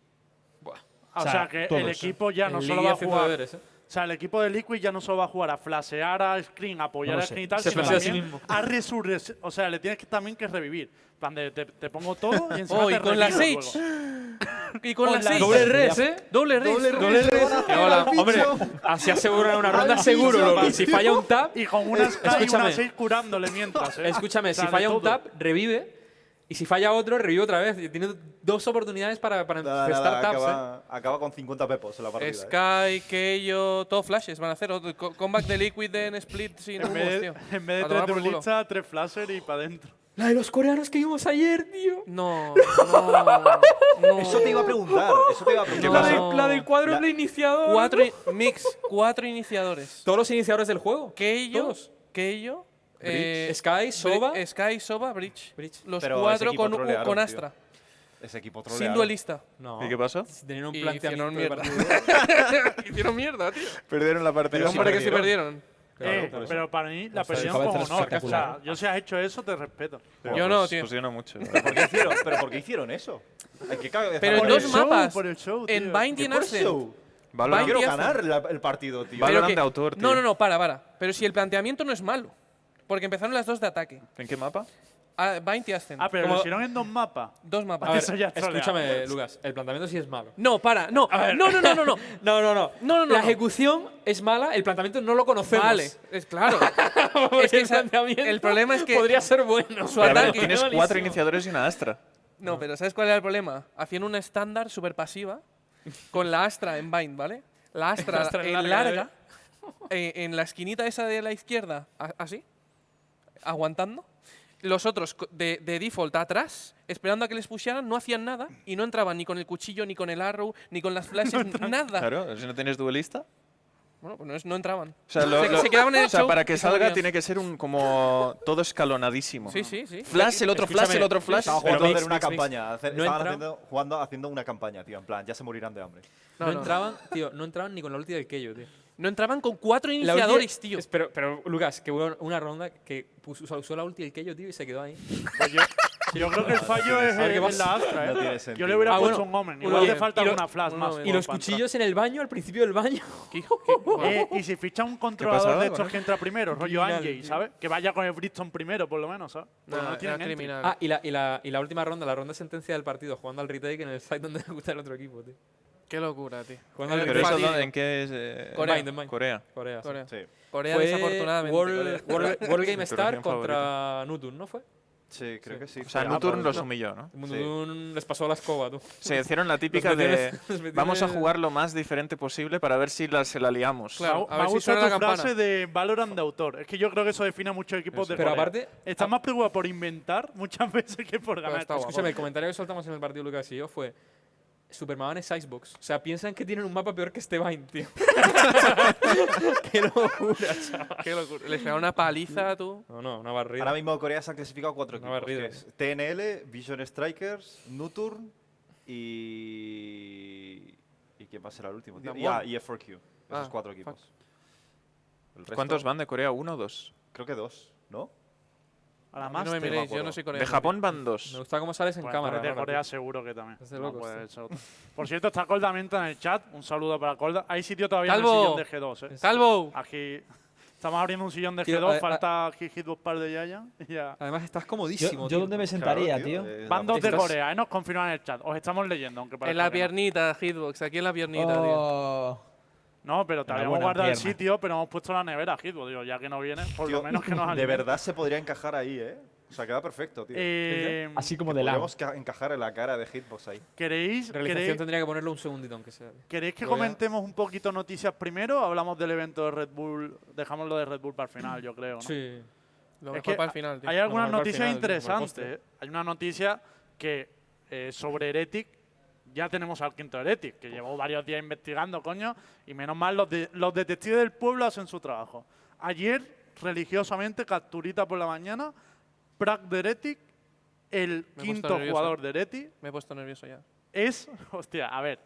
O sea, que todo el eso. equipo ya no El solo Lidia va a haciendo jugar. deberes, ¿eh? O sea, el equipo de Liquid ya no solo va a jugar a flashear a Screen, a apoyar No lo a sé. Screen y tal, Se sino flashea a sí también mismo. a resurrecir. O sea, le tienes que, también que revivir. En plan de, te, te pongo todo y encima Oh, te y con la revivo Sage. luego. Y con Oh, Con la la Sage. Doble res, ¿eh? Doble res. Doble res. Hola, hombre, así aseguran una ronda seguro, Loki. Si falla un tap, Y con una Sky y una escúchame. Sage curándole mientras. ¿eh? escúchame, O sea, si de falla un todo. tap, revive. Y si falla otro, revive otra vez. Y Tiene dos oportunidades para, para Nada, infestar nada, tabs, ¿eh? acaba, acaba con 50 pepos en la partida. ¿eh? Sky, Keio, todo flashes van a hacer. Otro co- Comeback de Liquid en split sin En humos, vez, tío. en vez de tres A tomar por culo. duelistas, tres flasher y para adentro. La de los coreanos que vimos ayer, tío. No, no, no. Eso te iba a preguntar. Eso te iba a ¿Qué preguntar. No. la, pasó? del, la del cuádruple La- iniciador. Cuatro i- mix, cuatro iniciadores. Todos los iniciadores del juego. Keio, Todos. Keio, eh, Sky, Bri- Soba. Sky, Soba, Bridge. Bridge. Los Pero ese cuatro equipo con, u- trolearon, con tío. Astra, Ese equipo sin troleado. duelista. No. ¿Y qué pasó? Tenían un Y planteamiento hicieron de mierda. partido. Hicieron mierda, tío. Perdieron la partida. Pero hombre, que se perdieron. Claro, Eh, por eso. pero para mí la sea, presión acaba de con ser honor. O sea, espectacular. yo si has hecho eso, te respeto. Buah, Yo no, pues tío. fusiona mucho. ¿Por qué hicieron, pero ¿por qué hicieron eso? Hay que cagar de Pero esta manera. Por en el dos show, mapas, por el show, en tío. Binding Por Arsen. show. Valorant- Valorant- Quiero ganar la- el partido, tío. Valorant Pero de autor, No, tío. no, no, para, para. Pero si el planteamiento no es malo. Porque empezaron las dos de ataque. ¿En qué mapa? Ah, Bind y Ascent. Ah, pero Como lo hicieron en dos mapas. Dos A mapas. ver, Eso ya es trolear. escúchame, Lucas. El planteamiento sí es malo. No, para, no. No, no, no, no, no. No, no, no. No, no, no, La no. ejecución es mala, el planteamiento no lo conocemos. Vale, es claro. es que el planteamiento el problema es que podría ser bueno. Su Pero a ver, ataque. Tienes Buenísimo. cuatro iniciadores y una Astra. No, pero ¿sabes cuál era el problema? Hacían una estándar super pasiva con la Astra en Bind, ¿vale? La Astra, La Astra en en larga, larga, eh, en la esquinita esa de la izquierda, a- así, aguantando. Los otros co- de, de default atrás, esperando a que les pusieran, no hacían nada y no entraban ni con el cuchillo, ni con el arrow, ni con las flashes, nada. Claro, si no tienes duelista. Bueno, pues no, es- no entraban. O sea, lo- se, lo- se quedaban en el o sea, show para que y se lo salga veían. tiene que ser un como todo escalonadísimo. Sí, sí, sí. Flash, el otro flash, el otro flash. Estaban Pero jugando a mix, hacer una mix, mix. campaña. hacer- No estaban entra- haciendo, jugando, haciendo una campaña, tío. En plan, ya se morirán de hambre. No, No, no. entraban, tío, no entraban ni con la ulti del Keio, tío. No entraban con cuatro La ulti- iniciadores, tío. es- Pero, pero, Lucas, que hubo una ronda que puso, usó la ulti del Keio, tío, y se quedó ahí. Pues yo, yo creo que el fallo es, A ver qué en pasa. la Astra, No tiene ¿eh? yo sentido. le hubiera Ah, puesto bueno. un Omen. Uno Igual te bien. falta Y lo- una flash uno más. bien. Y como los para entrar. cuchillos en el baño, al principio del baño. Qué hijo- qué- Eh, y si ficha un controlador pasaba de con estos él? que entra primero, rollo Criminal, Angie, tío. ¿sabes? Que vaya con el Bristol primero, por lo menos, ¿sabes? Porque Nah, no tienen era entry. criminal. Ah, y la, y, la, y la última ronda, la ronda de sentencia del partido, jugando al retake en el site donde le gusta el otro equipo, tío. Qué locura, tío. Jugando al Pero retake. Pero eso Fatídico. ¿dónde- en qué es eh, Corea. Mind, mind. Corea. Corea. sí. Corea. Sí. Corea, Fue desafortunadamente. Corea. World, World- World Game Mi Star torneo contra Nutun, ¿no fue? Sí, creo que sí. O sea, Ah, Nuturn pero- los humilló, ¿no? Nutun les pasó la escoba, tú. Se hicieron la típica metió en- de los metió en vamos a el- jugar lo más diferente posible para ver si la, se la liamos. Me ha- Claro. A me ver ha si gustado suena la tu campana. frase de Valorant de autor. Es que yo creo que eso define a muchos equipos de Pero Corea. aparte- Está ah. más preocupado por inventar muchas veces que por ganar. está guapo. Escúchame, el comentario que soltamos en el partido Lucas y yo fue Superman es Icebox. O sea, piensan que tienen un mapa peor que este Vine, tío. Qué locura, chaval. Qué locura. Les pegaron una paliza, tú. No, no, una barrida. Ahora mismo Corea se han clasificado cuatro Una equipos. que barrida. es TNL, Vision Strikers, Nuturn y... ¿Y quién va a ser el último? tío? The Y, ah, One. y F4Q. Esos Ah, cuatro fuck. equipos. El resto, ¿Cuántos van de Corea? ¿Uno o dos? Creo que dos, ¿no? A la A mí no Master. me miréis, yo acuerdo. no soy coreano. De Japón van Me dos. gusta cómo sales en Bueno, cámara. Pues de ¿no? Corea seguro que también. Es de No locos, puede sí. ser otro. Por cierto, está Colda Menta en el chat. Un saludo para Colda. Hay sitio todavía Calvo. en el sillón de G2, ¿eh? ¡Calvo! Aquí estamos abriendo un sillón de Tío, G2, eh, a- a- ah. falta aquí Hitbox par de Yaya. y ya. Además, estás Yo, comodísimo. yo tío. dónde me sentaría, Claro, tío. eh, Van dos de Estás- Corea, ¿eh? nos confirman en el chat. Os estamos leyendo, aunque parezca En la que no. piernita, Hitbox. Aquí en la piernita, tío. Oh. No, pero te En la habíamos buena guardado el pierna. sitio, pero hemos puesto la nevera, Hitbox. Digo, ya que no viene, por Tío, lo menos que nos De anime. verdad se podría encajar ahí, ¿eh? O sea, queda perfecto, tío. Eh, Así como de lado. Podríamos ca- encajar en la cara de Hitbox ahí. ¿queréis, Realización queréis, tendría que ponerlo un segundito, aunque sea. tío. queréis que Lo voy a- comentemos un poquito noticias primero? Hablamos del evento de Red Bull, dejamos lo de Red Bull para el final, yo creo. ¿no? Sí. Es Lo mejor que para el final, tío. Hay algunas Normal para el noticias final, tío, para el interesantes. postre. ¿eh? Hay una noticia que eh, sobre Heretic, ya tenemos al quinto Heretic, que llevó varios días investigando, coño, y menos mal los, de- los detectives del pueblo hacen su trabajo. Ayer, religiosamente, capturita por la mañana, Prague de Heretic, el puesto quinto nervioso. jugador de Heretic, Me he puesto nervioso ya. es, hostia, a ver,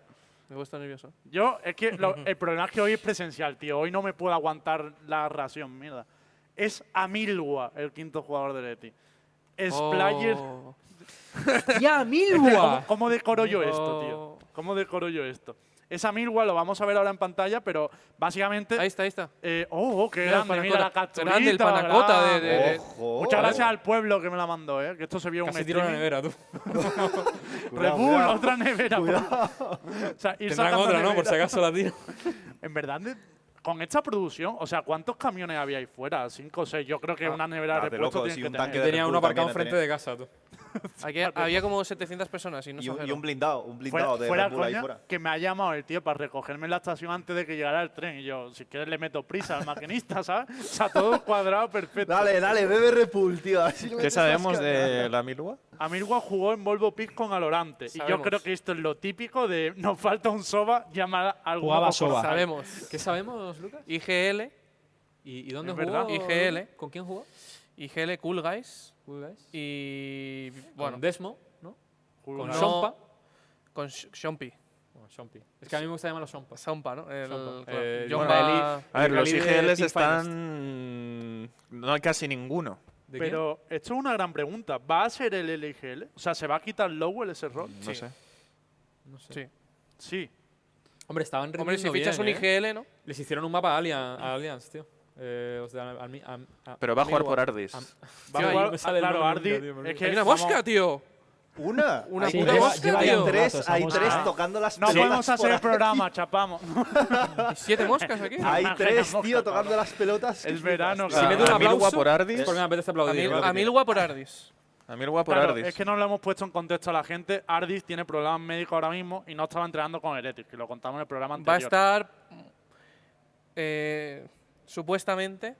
Me he puesto nervioso. yo, es que lo- el problema es que hoy es presencial, tío. Hoy no me puedo aguantar la ración, mierda. Es Amilwa, el quinto jugador de Leti. Es player. Oh. ¡Ya, ¿Cómo, cómo decoro yo esto, Oh. tío? ¿Cómo decoro yo esto? Es Amilwa, lo vamos a ver ahora en pantalla, pero básicamente. Ahí está, ahí está. eh, oh, oh, qué Mira el grande, mira la panacota. capturita. Oh. Grande el panacota de- de- Oh. de- ¡Ojo! Eh, Muchas gracias al pueblo que me la mandó, ¿eh? Que esto se vio en un Casi tiro la streaming. nevera, tú. Red Cuidado, Bull, cuidado. otra nevera. por- O sea, ir Tendrán sacando otra, ¿no? Por neveras. si acaso la tiro. En verdad, de- con esta producción, o sea, ¿cuántos camiones había ahí fuera? ¿Cinco o seis? Yo creo que una nevera Ah, de de repuesto locos, tiene y que un tanque tener. de- Tenía Red uno Bull aparcado también enfrente la de casa, tú. Aquí había como 700 personas y no Y se un, y hacerlo. un blindado, un Fuera, blindado de fuera Red Bull ahí coña, fuera. que me ha llamado el tío para recogerme en la estación antes de que llegara el tren. Y yo, si quieres, le meto prisa al maquinista, ¿sabes? O sea, todo cuadrado perfecto. Dale, dale, bebe Repul, tío. a ver si le ¿Qué metes más sabemos caña. de la Milua? Amirwa jugó en Volvo Pig con Alorante. Y yo Sabemos. creo que esto es lo típico de nos falta un soba, llamar a alguno Jugaba por soba. conocer. Sabemos. ¿Qué sabemos, Lucas? IGL, ¿Y, y dónde Es jugó? verdad. IGL. ¿Con quién jugó? IGL Cool Guys Cool guys. y. Bueno, Bueno, Desmo, ¿no? Jugó Con una- Soba. Shompa. con Sh- Shompi. Bueno, Shompi. Es que a mí me gusta llamarlo Shompa. Sompa, Pues ¿no? El, Sompa. claro. Eh, John bueno, Va- Eli- A ver, El los rally de IGLs Team están. No hay casi ninguno. ¿De quién? Pero esto es una gran pregunta. ¿Va a ser el LGL? O sea, ¿se va a quitar Lowell ese rol? No Sí. sé. No sé. Sí. Sí. Hombre, estaban Hombre, si rindiendo fichas bien, un ¿eh? IGL, ¿no? Les hicieron un mapa a Allian- a Alliance, tío. Eh, los de Al- Almi- Am- a- Pero va a jugar Amigo- por Ardis. Am- Tío, Va a ahí jugar- me sale el claro, nombre Ardi. nunca, tío, me es que Hay una vamos- mosca, tío. ¿Una? Una Sí, puta lleva- mosca, lleva ya tío. un Tres, rato esa hay mosca. tres Ah. tocando las No pelotas. podemos hacer por el aquí. programa, chapamos. Siete moscas aquí. A Hay Una tres, gran tío, mosca, tocando cabrón. las pelotas. Es verano, Si me A claro. doy un Milwa aplauso, por Ardis. Es porque me apetece aplaudir. mil- ¿no? A Milwa por Ardis. A Milwa por Claro, Ardis. es que no lo hemos puesto en contexto a la gente. Ardis tiene problemas médicos ahora mismo y no estaba entrenando con Heretic, que lo contamos en el programa Va a anterior. estar. eh, supuestamente.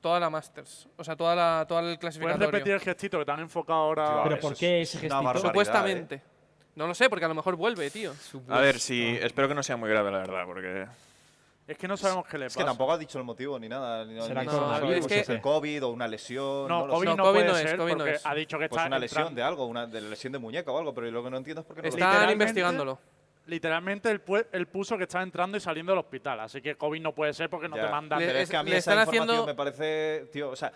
Toda la Masters. O sea, toda la, toda el ¿Puedes clasificatorio. repetir el gestito que te han enfocado ahora? Claro, Pero eso ¿por es qué ese una gestito? barbaridad. Supuestamente. eh. No lo sé, porque a lo mejor vuelve, tío. A ver, si espero que no sea muy grave, la verdad, porque. Es que no sabemos qué le Es que pasa. tampoco ha dicho el motivo ni nada. Ni, Será ni- coronavirus, pues es que- el COVID o una lesión. No, lo sé. COVID No, no, COVID puede no es, ser COVID no porque es. ha dicho que Pues está una lesión entrando- de algo, una de la lesión de muñeca o algo, pero lo que no entiendo es por qué no lo Están Literalmente- investigándolo. Literalmente él, pue- él puso que estaba entrando y saliendo del hospital, así que COVID no puede ser porque no Ya. te mandan. Le- Pero es que a es- mí le esa están información haciendo- me parece, tío, o sea,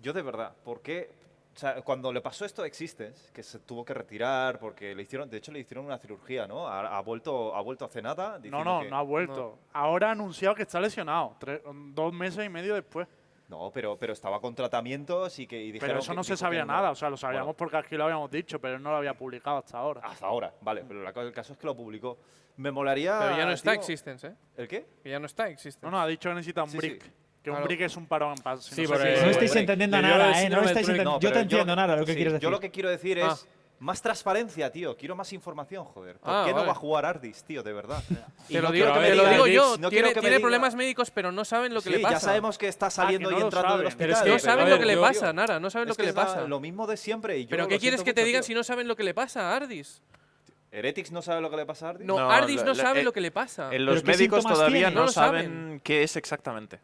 yo de verdad, ¿por qué? O sea, cuando le pasó esto a Existence, que se tuvo que retirar porque le hicieron, de hecho le hicieron una cirugía, ¿no? Ha, ha vuelto, ha vuelto hace nada. No, diciendo no, que- no ha vuelto. Ahora ha anunciado que está lesionado, tres- dos meses y medio después. No, pero, pero estaba con tratamientos y que y dijeron Pero eso que- no se dijo que sabía no. nada, o sea, lo sabíamos Bueno. Ah, porque aquí lo habíamos dicho, pero él no lo había publicado hasta ahora. Hasta ahora, vale, pero la cosa- el caso es que lo publicó. Me molaría. Pero ya no está tío, Existence, ¿eh? ¿El qué? Que ya no está Existence. No, no, ha dicho que necesita un Sí, sí. brick. Que un Claro. brick es un parón en paz. Sí, no sé porque- si- No Eh, estáis break. entendiendo Le dio nada, el ¿eh? No lo síndrome estáis del entendiendo. No, Yo pero te entiendo nada lo que sí, quieres Yo decir. lo que quiero decir es Ah. más transparencia, tío. Quiero más información, joder. ¿Por Ah, qué no vale. va a jugar Ardis, tío? De verdad. Y Te no lo quiero digo, que me te lo diga digo Dix, yo. no quiero tiene que me tiene diga- problemas médicos, pero no saben lo que Sí, le pasa. Ah, ya sabemos que está saliendo no y lo entrando del saben. hospital. Pero es que- No Pero, saben a lo ver, que le yo- pasa, yo- Nara. No Es saben lo que, que le es la- pasa. Lo mismo de siempre. Y yo Pero lo ¿qué siento quieres que te mucho, digan tío. si no saben lo que le pasa a Ardis? Heretics no sabe lo que le pasa a Ardis. No, No, Ardis la- no la- sabe eh, lo que le pasa. En los ¿Pero qué médicos síntomas todavía tiene? Ah. No no lo saben qué es exactamente.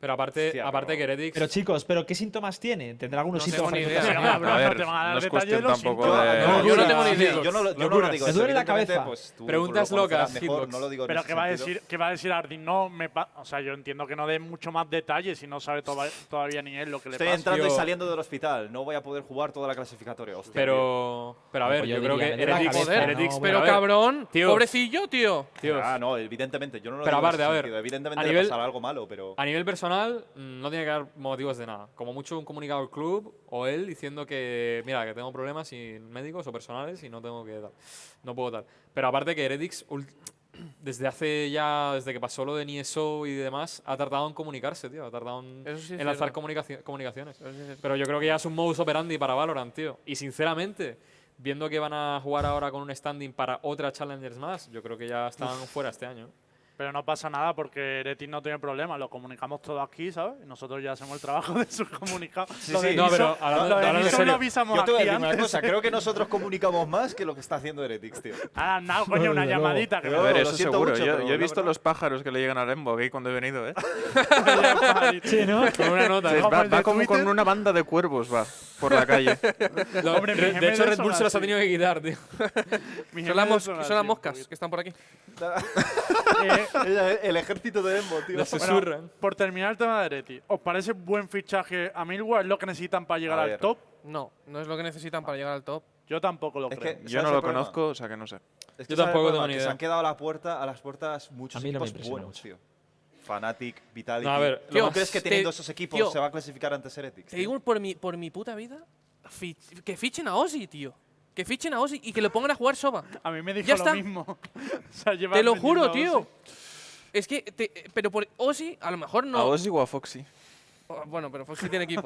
Pero aparte, Hostia, aparte pero- que Heretics. Pero chicos, ¿pero qué síntomas tiene? Tendrá algunos No tengo síntomas. ni que idea. Sí, te- habrá, A ver, no te van a dar no detalles es de cuestión los tampoco síntomas. de- No, yo no sí, tengo ni sí, idea. Yo no lo, yo no lo Locuras. digo. Me eso, duele la evidentemente, cabeza. pues, tú Preguntas lo conocerás locas, mejor, Hitbox. No lo digo en Pero ese que va a sentido. decir, que va a decir Ardi, no me pa- o sea, yo entiendo que no dé mucho más detalles si no sabe toba- todavía ni él lo que le Estoy pasa. entrando y tío. saliendo del hospital. No voy a poder jugar toda la clasificatoria. hostia, tío. Pero, pero a No, ver, pues yo, yo creo diría, que me duele la Heretics, cabeza, Heretics- pero no, Pero a ver, cabrón, tío. pobrecillo, tío. tíos, Ah, no, evidentemente. Yo no lo Pero digo. en aparte, ese a ver, sentido, Evidentemente a le nivel- pasará algo malo, pero. A nivel personal, mm, no tiene que dar motivos de nada. Como mucho un comunicado al club o él diciendo que, mira, que tengo problemas y- médicos o personales y no tengo que tal. No puedo tal. Pero aparte que Heretics, ul- desde hace ya, desde que pasó lo de Nieso y demás, ha tardado en comunicarse, tío. Ha tardado en, Eso sí es en lanzar cierto. comunicaci- comunicaciones. Eso sí es cierto. Pero yo creo que ya es un modus operandi para Valorant, tío. Y sinceramente, viendo que van a jugar ahora con un standing para otra Challengers más, yo creo que ya están fuera este año. Pero no pasa nada porque Heretic no tiene problema, lo comunicamos todo aquí, ¿sabes? Y nosotros ya hacemos el trabajo de sus comunicados. Lo de sí. No, Niso- pero hablando- lo de hablando en Niso serio. lo avisamos Yo te voy a aquí decir una antes. cosa, creo que nosotros comunicamos más que lo que está haciendo Heretics, tío. Ah, no, coño, una Desde luego. llamadita. Que A ver, lo eso siento seguro. mucho, yo, pero yo la he visto verdad- los pájaros que le llegan a Lembo aquí cuando he venido, ¿eh? Sí, ¿no? Con una nota. Sí, como va el de va como Twitter. con una banda de cuervos, va, por la calle. Lo- Hombre, mis re- de hecho, gemelos Red son Bull se los ha así. tenido que quitar, tío. Mis Son las, gemelos mos- son son así las un moscas poquito. que están por aquí. Eh, El, el ejército de Embo, tío. Le susurran. por terminar el tema de Hereti, ¿os parece buen fichaje a Milwa? ¿Es lo que necesitan para llegar A al ver. top? No, no es lo que necesitan para llegar al top. Yo tampoco lo Es creo. que- Yo ¿Sabes no el lo problema? conozco, o sea que no sé. Es Yo ¿sabes el tampoco problema? tengo ni Que idea. Se han quedado a, la puerta, a las puertas muchos A mí no me equipos impresiona buenos, mucho. tío. Fanatic, Vitality. No, a ver, ¿Tú tío, no crees que te- teniendo esos equipos tío, se va a clasificar antes Heretics? Te tío? digo por mi, por mi puta vida, fi- que fichen a Ozzy, tío. Que fichen a Ozzy y que lo pongan a jugar Soba. A mí me dijo Ya lo está. mismo. O sea, llevan Te lo vendiendo juro, dos- tío. Es que, te- pero por Ozzy, a lo mejor no. ¿A Ozzy o a Foxy? Ah, Oh, Bueno, pero Foxy tiene equipo.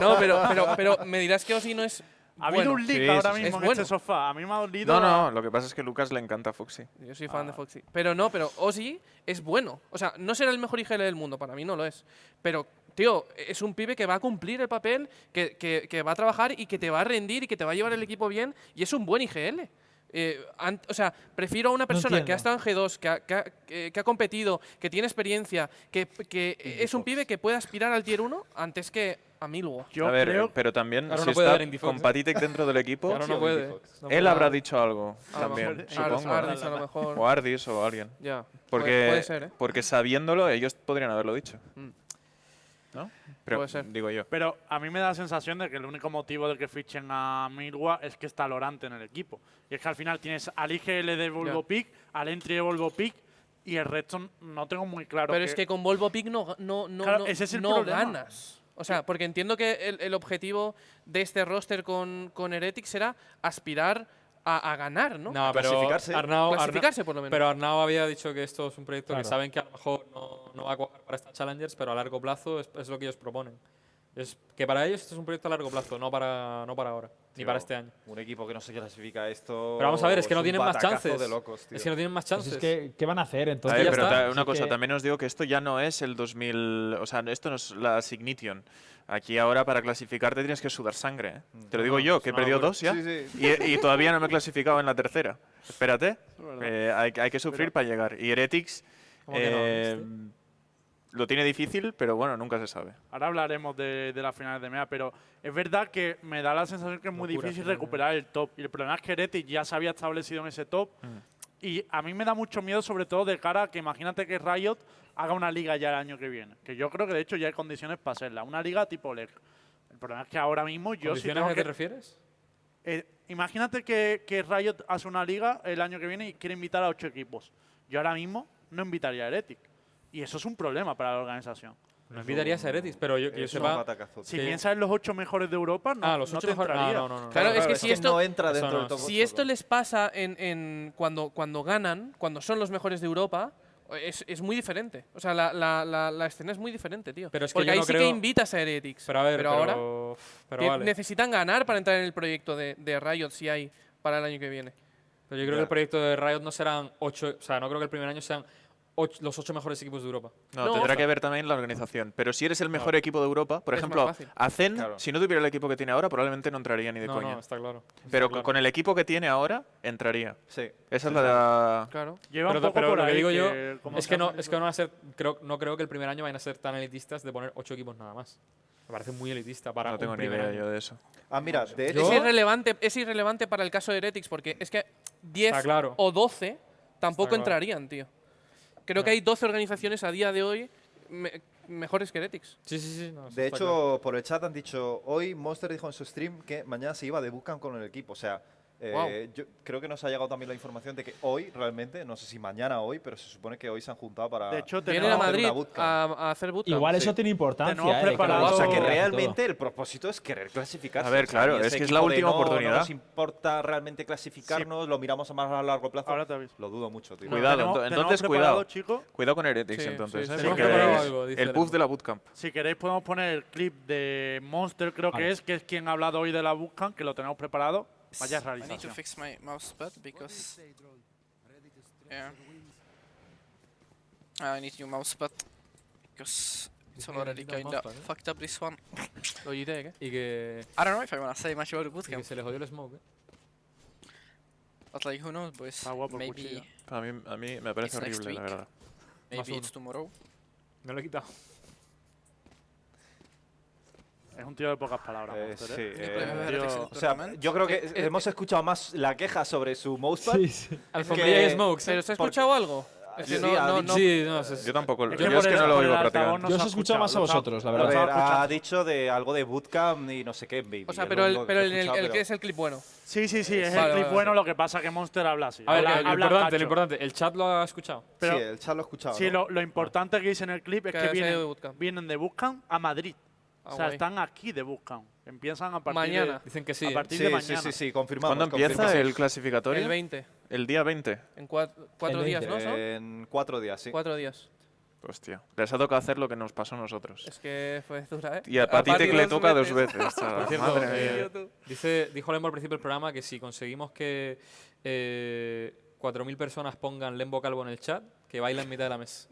No, pero, pero, pero me dirás que Ozzy no es Ha habido Bueno, un leak sí, ahora sí, sí. mismo Es en bueno. este sofá. A mí me ha dolido. No, la- no, lo que pasa es que Lucas le encanta a Foxy. Yo soy fan de Ah. Foxy. Pero no, pero Ozzy es bueno. O sea, no será el mejor IGL del mundo, para mí no lo es. Pero, tío, es un pibe que va a cumplir el papel, que, que- que va a trabajar y que te va a rendir y que te va a llevar el equipo bien. Y es un buen IGL. Eh, ant- o sea, prefiero a una persona que ha entiendo. estado en G2, que ha, que ha- que- que ha competido, que tiene experiencia, que, que es un pibe que puede aspirar al tier 1 antes que a Milwo. Yo a ver, eh, creo. pero también Ahora si no puede dar Indie está Fox, con ¿eh? Patitec dentro del equipo, Ahora no puede. No él puede. habrá dicho algo A lo también, mejor- Ar- supongo. Ardis, a lo mejor. O Ardis o alguien. Ya. Porque, Puede, puede ser, ¿eh? porque sabiéndolo, ellos podrían haberlo dicho. Mm. ¿No? Pero, Puede ser. Digo yo. Pero a mí me da la sensación de que el único motivo de que fichen a Milwa es que está Lorante en el equipo. Y es que al final tienes al IGL de Volvopic, al entry de Volvopic y el resto no tengo muy claro. Pero es que con Volvo Pick no, ga- no, no, Claro, no- ese es el no problema. ganas. O sea, porque entiendo que el, el objetivo de este roster con, con Heretic será aspirar a, a ganar, ¿no? No, pero Clasificarse. Arnau, Arnau- Clasificarse, por lo menos. Pero Arnau había dicho que esto es un proyecto Claro. que saben que a lo mejor no, no va a cuajar para estas Challengers, pero a largo plazo es, es lo que ellos proponen. Es que para ellos esto es un proyecto a largo plazo, no para, no para ahora, ni Tío, para este año. Un equipo que no se clasifica esto. Pero vamos a ver, es que no un tienen más batacazo chances. de locos, tío. es que no tienen más Pues chances. es que, ¿qué van a hacer A entonces? ver, ya pero está. ta- una Es cosa, que- también os digo que esto ya no es el 2000, o sea, esto no es la Signition. Aquí ahora para clasificarte tienes que sudar sangre. ¿eh? Te lo digo yo, que he una perdido locura. dos ya Sí, sí. Y, y todavía no me he clasificado en la tercera. Espérate, eh, hay, hay que sufrir para llegar. Y Heretics ¿Cómo que no? eh, lo tiene difícil, pero bueno, nunca se sabe. Ahora hablaremos de, de las finales de MEA, pero es verdad que me da la sensación que es muy Locura, difícil finales de recuperar el top. Y el problema es que Heretic ya se había establecido en ese top. Mm. Y a mí me da mucho miedo, sobre todo de cara a que imagínate que Riot haga una liga ya el año que viene. Que yo creo que de hecho ya hay condiciones para hacerla. Una liga tipo LEC. El problema es que ahora mismo yo sí ¿Condiciones tengo a qué que te refieres? eh, imagínate que, que Riot hace una liga el año que viene y quiere invitar a ocho equipos. Yo ahora mismo no invitaría a Heretic. Y eso es un problema para la organización. No invitarías a Heretis, pero yo que yo Es un sepa. batacazo. Si tío. Sí. piensas en los ocho mejores de Europa, no, Ah, los no ocho te mejor. Ah, entraría. no, no, no. Claro, es que si esto- no entra Eso dentro no, del top si ocho, esto ¿no? les pasa en, en cuando, cuando ganan, cuando son los mejores de Europa, es, es muy diferente. O sea, la, la- la- la escena es muy diferente, tío. Pero es que Porque yo ahí no sí que creo- invitas a Heretics. Pero a ver, pero ahora pero que vale. necesitan ganar para entrar en el proyecto de, de Riot si hay para el año que viene. Pero yo creo que el proyecto de Riot no serán ocho, o sea, no creo que el primer año sean ocho- los ocho mejores equipos de Europa. No, No. tendrá que ver también la organización. Pero si eres el mejor equipo de Europa, por Es ejemplo, más fácil. Azen, Claro. si no tuviera el equipo que tiene ahora, probablemente no entraría ni de no, coña. no, está claro. Está pero claro. con el equipo que tiene ahora, entraría. Sí. Esa es la. Claro. Lleva pero, un poco pero por lo que ahí digo yo como es se que no llama es que no van a ser creo no creo que el primer año vayan a ser tan elitistas de poner ocho equipos nada más me parece muy elitista para No un tengo ni primer idea año. yo de eso. Ah, mira, de Yo- hecho. Es irrelevante, es irrelevante para el caso de Heretics porque es que 10 Está claro. o 12 tampoco Está claro. entrarían, tío. Creo que hay 12 organizaciones a día de hoy me- mejores que Heretics. sí sí sí no, eso De está hecho, claro. por el chat han dicho, hoy Monster dijo en su stream que mañana se iba de Bucan con el equipo. O sea, eh, Guau. yo creo que nos ha llegado también la información de que hoy realmente, no sé si mañana o hoy, pero se supone que hoy se han juntado para... De hecho, Vienen tenemos, a hacer Madrid una bootcamp. a, a hacer bootcamp. Igual sí. eso tiene importancia. Tenemos ¿eh? de cara preparado- a o sea, la que temporada y realmente todo. el propósito es querer clasificarse. A ver, o sea, claro, y es ese que es la equipo de última no, No oportunidad". nos importa realmente clasificarnos, lo miramos a más a largo plazo. Ahora te aviso. Lo dudo mucho, tío. Cuidado, ento- tenemos entonces preparado, cuidado. chicos. Cuidado con Heretics, Sí, entonces. sí, ¿eh? sí. Porque Tenemos que es algo, dice el la puff mu- de la bootcamp. Si queréis podemos poner el clip de Monster, creo que es, que es quien ha hablado hoy de la Buscan, que lo tenemos preparado. Vaya I need to realización. fix my mouse pad because yeah, Ah, I need new mouse pad because it's already need a kinda mouse pad, eh? fucked up this one. Lo diré, ¿eh? y que, I don't know if I wanna say much about the y que bootcamp, se les jodió el smoke ¿eh? but like who knows, boys? Está guapo el Maybe cuchillo. A mí, a mí me parece It's next horrible, la week. verdad. maybe uno. it's tomorrow. no lo he quitado Es un tío de pocas palabras, Eh, Monster. sí, ¿eh? You eh, play with Heretics in yo- the o sea, tournament? yo creo que Eh, eh, hemos escuchado más la queja sobre su mousepad. Sí, sí. alfombrilla y smoke ¿Pero se ha ¿eh? porque- Ah, escuchado algo? Es que Sí, no- ha dicho- no- no- sí no sé Yo tampoco. Yo, que es por que el- no lo por el oigo altavoz prácticamente. no se Yo os ha he escuchado más a lo estaba- vosotros, la A lo verdad. ver, estaba escuchando. ha dicho de algo de bootcamp y no sé qué, baby. O sea, es pero, lo el, único que pero he el, el- escuchado, el que pero- es el clip bueno. Sí, sí, sí, es Vale, el clip vale, bueno, lo que pasa que Monster habla así. a ver Habla- lo- lo habla importante lo cacho. importante el chat lo ha escuchado Pero sí, el chat lo he escuchado. sí, ¿no? lo, lo importante que dice en el clip es Que que se ha ido de vienen, bootcamp. vienen de Buscan a Madrid. Ah, o sea, guay. están aquí de Buscan. Empiezan a partir Mañana. de dicen que sí a ¿eh? partir Sí, de sí, mañana. sí, sí, confirmamos. ¿Cuándo empieza confirmamos. el clasificatorio? El 20, El día 20. en cuat- cuatro El días, 20. ¿no? ¿Son? En cuatro días, sí. Cuatro días. Hostia. Les ha tocado hacer lo que nos pasó a nosotros. Es que fue dura, ¿eh? Y a Patitec Patty le dos toca dos veces. veces. chaval. Por cierto, Madre eh, mía. Dice, dijo Lembo al principio del programa que si conseguimos que eh, 4.000 personas pongan Lembo Calvo en el chat, que baila en mitad de la mesa.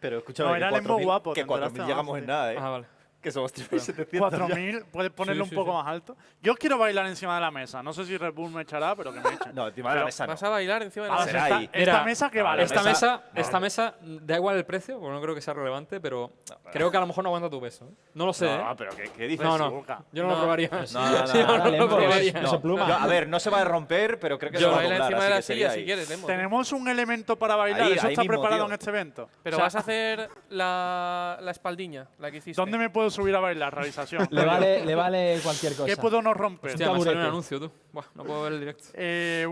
Pero escúchame, No, que era Lembo 4.000 guapo, que te enteraste 4.000 llegamos más, en tío. nada, ¿eh? Ah, vale. Que somos 3.700 ya. 4000, puedes ponerlo sí, un poco sí. más alto. Yo quiero bailar encima de la mesa. No sé si Red Bull me echará, pero que me echen. No, encima de la Pero- mesa no. Vas a bailar encima de Ah, la o sea, mesa. será esta, ahí. esta Mira, mesa que a vale. la Esta Esta mesa- mesa, esta mesa, da igual el precio, porque no creo que sea relevante, pero creo que a lo mejor no aguanta tu peso. ¿eh? No lo sé. ¿eh? ah, No, pues, pero ¿qué, qué dices? No, no. seguro. Yo no, lo probaría. No, no, no, Sí, no, no, no, Lembo, no, eres- no. no se pluma. Yo, a ver, no se va a romper, pero creo que se Yo va a baila doblar, encima de así la que sería silla si ahí. quieres, Lembo. Tenemos un elemento para bailar. Ahí- Eso ahí está mismo, preparado tío. en este evento. Pero O sea, vas a hacer la, la espaldiña, la que hiciste. ¿Dónde me puedo subir a bailar, realización? Le vale, le vale cualquier cosa. ¿Qué puedo no romper? Hostia, me sale un taburete. anuncio, tú. Buah, no puedo ver el directo. Eh,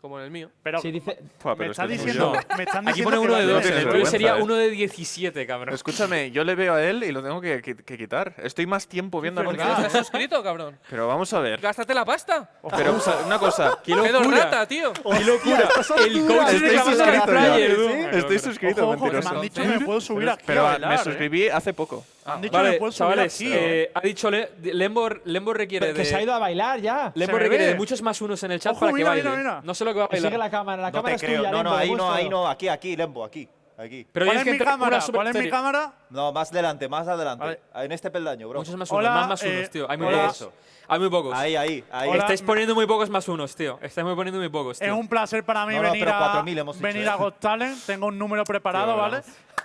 Como en el mío. pero Si dice, Fua, me, pero está es que tú- diciendo, yo- me están diciendo. Aquí pone que uno de vale dos. de- tienes Yo vergüenza, sería ¿eh? uno de 17, cabrón. Escúchame, yo le veo a él y lo tengo que, que- que quitar. Estoy más tiempo viendo Porque anuncios. no estás suscrito, cabrón. Pero vamos a ver. Gástate la pasta. Pero o sea, una cosa. ¡Qué rata, tío! ¡Qué locura! ¡El coach de Estoy la suscrito, banda ya. player, tú. Estoy suscrito, Ojo, ojo, que me mentiroso. han dicho que me puedo subir aquí. Pero a va, bailar, me ¿eh? suscribí hace poco. Han dicho que Vale, puedo subir chavales, aquí. eh, ha dicho Le- Lembo, Lembo requiere Pero que se ha de, ido a bailar ya. Se Lembo me requiere de ve. muchos más unos en el chat Ojo, para mira, que baile. mira, mira. No sé lo que va a Que sigue bailar. la cámara, la No te cámara es creo. tuya. No, no, Lembo, ahí no, ahí búscalo. no. Aquí, aquí, Lembo, aquí. Aquí. Pero ¿Cuál tienes es que mi entrar con una cámara? super ¿Cuál es mi serie. cámara? No, más delante, más adelante. Vale. En este peldaño, bro. Muchos más unos, Hola, más más eh, unos, tío. Hay muy hola. pocos. Hay muy pocos. Ahí, ahí, ahí. Hola. Estáis me- poniendo muy pocos más unos, tío. Estáis muy poniendo muy pocos, Es tío. un placer para mí No, no, venir, pero a, 4.000 hemos dicho, venir ¿eh? a Got Talent. Tengo un número preparado, Tío, ¿vale?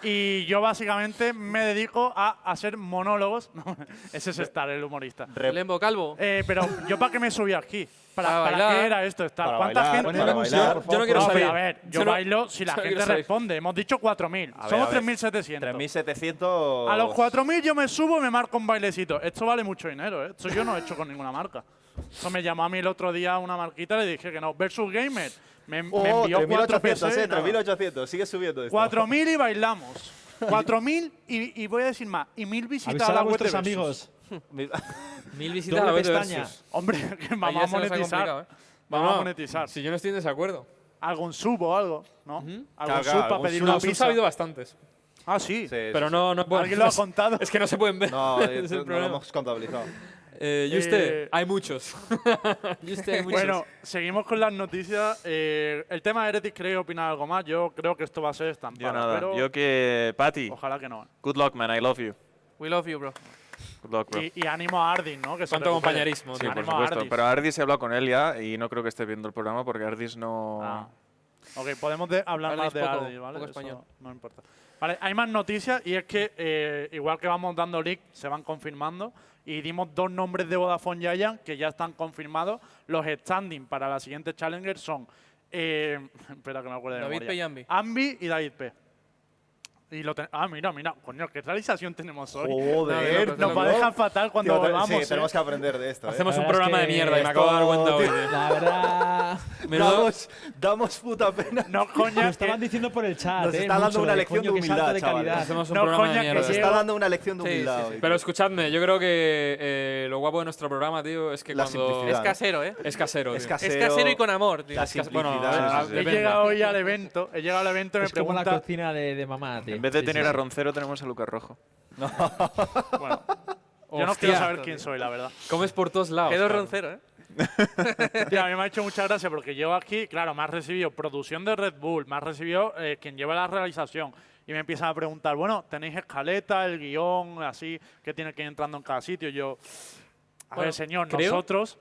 Y yo básicamente me dedico a hacer monólogos. No, Ese es estar el humorista. Lembo calvo. Eh, pero yo para qué me subí aquí? ¿Para, Para para bailar. qué era esto? Star? Para ¿Cuánta bailar, gente? Ponedme Para un bailar, yo señor, por no favor. quiero No, saber. pero a ver, yo Solo- bailo si la solo gente quiero saber. responde. Hemos dicho 4.000. ver, Somos a ver. 3.700. 3.700. A los 4.000 yo me subo y me marco un bailecito. Esto vale mucho dinero, ¿eh? Esto yo no he hecho con ninguna marca. Eso me llamó a mí el otro día una marquita y le dije que no. Versus Gamer. Me, me Oh, envió 4 3.800, pesos. eh, 3.800. Sigue subiendo esto. 4.000 y bailamos. 4.000 y, y voy a decir más. Y 1.000 visitas a Avisad la a web de vuestros Versus. amigos. Mil visitas a la Doble vez de pestaña. versus. Hombre, que Ahí vamos ya a se nos ha complicado, monetizar. ¿eh? Vamos a No, monetizar. Si yo no estoy en desacuerdo. Algún sub o algo, ¿no? Claro, claro, Algún sub para algún pedir sub. una No, subs ha pizza. habido bastantes. Ah, sí. Pero no, no puedo. Alguien lo ha contado. Es que no se pueden ver. No, Ese eh, es el no lo problema. hemos contabilizado. Eh, y usted, Eh, hay muchos. y usted, hay muchos. Bueno, seguimos con las noticias. Eh, el tema de Heretic, ¿queréis opinar algo más? Yo creo que esto va a ser estampado. Yo nada. pero Yo que. Patty, Ojalá que no. good luck, man. I love you. We love you, bro. Good luck, bro. Y, y ánimo a Ardin, ¿no? Que se Cuánto recupere. compañerismo, Sí, tío. por ánimo a supuesto. Ardis. Pero Ardis he hablado con él ya y no creo que esté viendo el programa porque Ardis no. Ah. Ok, podemos de- hablar más Habláis de poco- Ardin, ¿vale? poco Eso español. no importa. Vale, hay más noticias y es que, eh, igual que vamos dando leak, se van confirmando. Y dimos dos nombres de Vodafone Giant que ya están confirmados. Los standing para la siguiente Challenger son. eh, espera que me acuerde de David memoria. P. y Ambi. Ambi y David P. Y lo ten- ah, mira, mira, coño, qué realización tenemos hoy. Joder, No, no, no, Nos va a tío. dejar fatal cuando Tío, te- volvamos. Sí, ¿eh? tenemos que aprender de esto. ¿eh? Hacemos La un verdad es programa de que mierda y me acabo de dar cuenta hoy. esto, tío. La verdad. Menudo- Damos, damos puta pena. No, Lo coña, estaban que, diciendo por el chat. Nos eh, está dando mucho, una de, lección de coño, qué salto humildad, chavales. calidad. Hacemos un No, programa coña, de que mierda. Nos está dando una lección de Sí, sí, humildad. sí. hoy. Pero escuchadme, yo creo que eh, lo guapo de nuestro programa, tío, es que La cuando. Es simplicidad. Claro. casero, ¿eh? Es casero. Es tío. casero. Es casero y con amor, tío. La Es cas- simplicidad. bueno, a- a- Sí, sí, sí. he depende. llegado hoy al evento, he llegado al evento y me Es como la pregunta, cocina de, de mamá, tío. En vez de Sí, tener sí. a Roncero, tenemos a Lucas Rojo. bueno, yo no Hostia. quiero saber quién soy, la verdad. Comes por todos lados. Quedó cabrón. roncero, ¿eh? Tío, a mí me ha hecho mucha gracia porque llevo aquí, claro, me has recibido producción de Red Bull, me has recibido eh, quien lleva la realización. Y me empiezan a preguntar, bueno, ¿tenéis escaleta, el guión, así, que tiene que ir entrando en cada sitio? Y yo, a Bueno, ver, señor, creo- nosotros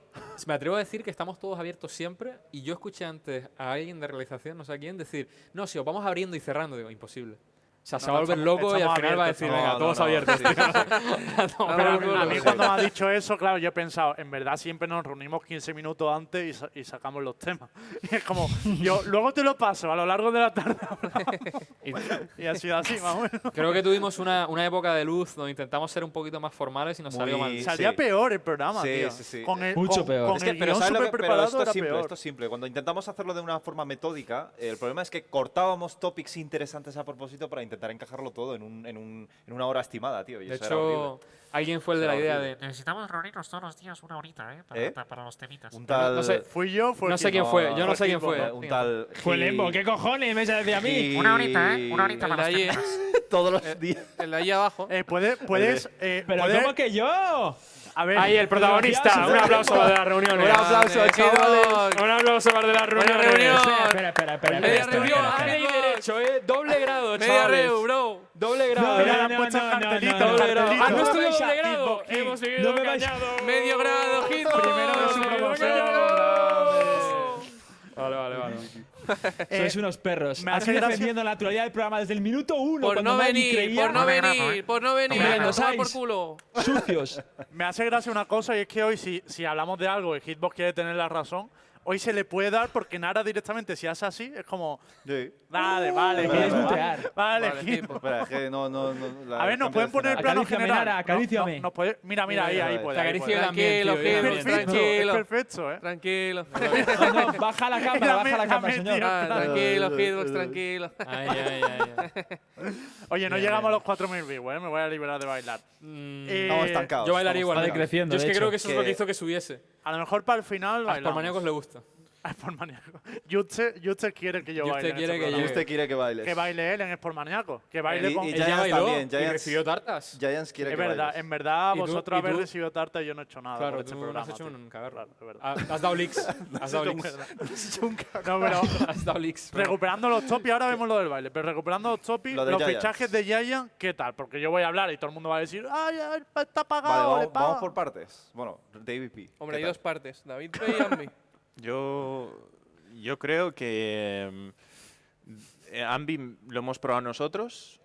Me atrevo a decir que estamos todos abiertos siempre y yo escuché antes a alguien de realización, no sé a quién, decir, no, si os vamos abriendo y cerrando, digo, imposible. O sea, se No, va a no, volver estamos- loco y al estamos final va a abiertos, decir, no, venga, no, todos no, abiertos. sí, sí, tío". A tomar Pero por a mí- culo. A mí cuando me ha dicho eso, claro, yo he pensado, en verdad siempre nos reunimos 15 minutos antes y sa- y, sacamos los temas. Y es como, yo luego te lo paso a lo largo de la tarde. Y Y ha sido así, más o menos. Creo que tuvimos una, una época de luz donde intentamos ser un poquito más formales y nos Muy- salió mal. Sí, Salía sí. peor el programa, Sí, tío. sí, sí. Con el, Mucho con- peor. con Es que, el pero guión ¿sabes lo que- súper pero preparado esto es era simple, peor. esto es simple. Cuando intentamos hacerlo de una forma metódica, el problema es que cortábamos topics interesantes a propósito para intentar encajarlo todo en, un, en, un, en una hora estimada, tío. Y De eso era horrible. hecho, alguien fue el de Eso la era idea horrible. de... Necesitamos reunirnos todos los días una horita, ¿eh? Para, ¿Eh? pa- para los temitas. un tal... no sé. Fui yo, fue No sé Gil. quién fue, yo no fue sé quién Gil, fue. ¿no? Un tal... Fue Lembo, ¿qué cojones? Me decía a mí. Una horita, ¿eh? Una horita El de para los ahí, temitas. Eh. Todos los días. el de ahí abajo. Eh, puede- puedes, eh, Pero puede- ¿cómo que yo? A ver, Ahí el protagonista. Un aplauso para de las reuniones. aplauso, chicos. Un aplauso para de las Buena reuniones. reunión. Espera, espera, espera. Media espera, reunión, espera, espera. Ale y derecho, eh. Doble grado, Media chavales. reu, bro. Doble grado. No, Mira, le no, han no, puesto no, no, cartelito, no, no, doble grado. cartelito. Ah, no estoy Vais a doble grado. Hitbox King. Hemos vivido No me vais a- engañados. Medio grado, Hitbox. Primero de su Medio promoción, grado. Vale, vale, vale. Sois unos perros. Eh, me Así hace gracia- defendiendo la naturalidad del programa desde el minuto uno. Por cuando no nadie venir, creía- por no Doble grado, venir, eh. por no venir. Hombre, a no tomar por sabéis. culo. Sucios. Me hace gracia una cosa y es que hoy, si, si hablamos de algo y Hitbox quiere tener la razón, hoy se le puede dar porque Nara directamente, si hace así, es como, Sí. vale, vale, vale, Me quieres mutear. vale, Vale, Hitbox. tipo. Espera, es que no, no, no, la- A ver, cambio nos de pueden poner el escenario. plano Acaríciame, general. Nara, No, no, acaríciame. nos puede- mira, mira, ahí, Te ahí puede. ahí puede. acaricio Tranquilo, tío, yo Phil, también. Perfecto, es tranquilo. perfecto, ¿eh? Tranquilo. No, no, baja la cámara, Dame- baja la cámara, dame, señor. tío. Ah, Tranquilo, Hitbox, Ay, tranquilo. Ay, ay, ay, ay. Oye, no Bien, llegamos a bien. los 4.000 views, ¿eh? Me voy a liberar de bailar. Mm, Eh, Estamos estancados. Yo bailaría estamos igual. estancados. creciendo, Yo es de que hecho. creo que eso es lo Que- que hizo que subiese. A lo mejor para el final A los bailamos. Ah, parmaníacos le gusta. A Spormaniacos. Yutze, Yutze quiere que yo Yutze baile. en quiere este que programa. yo- Usted quiere que bailes. Que baile él en Spormaniacos. Que baile Y- con. y Ella Giants bailó también, y Giants- recibió tartas. Giants quiere es que verdad, bailes. en verdad, ¿Y tú- vosotros y habéis tú? recibido tarta y yo no he hecho nada. Claro, por este tú has programa, hecho tío. un cagarro. Claro, es verdad. Ah, Has dado leaks. Has dado Yo- leaks. No, pero Has dado leaks. recuperando los topis, ahora vemos lo del baile, pero recuperando los topis, Lo de los Giants. fichajes de Yayan, ¿qué tal? Porque yo voy a hablar y todo el mundo va a decir, ¡ay, ay, pa- está Vale, pagado! le vamos, pagan". vamos por partes. Bueno, David P. Hombre, hay ¿qué tal? dos partes. David Pei y Ambi. Yo, yo creo que em, eh, Ambi lo hemos probado nosotros.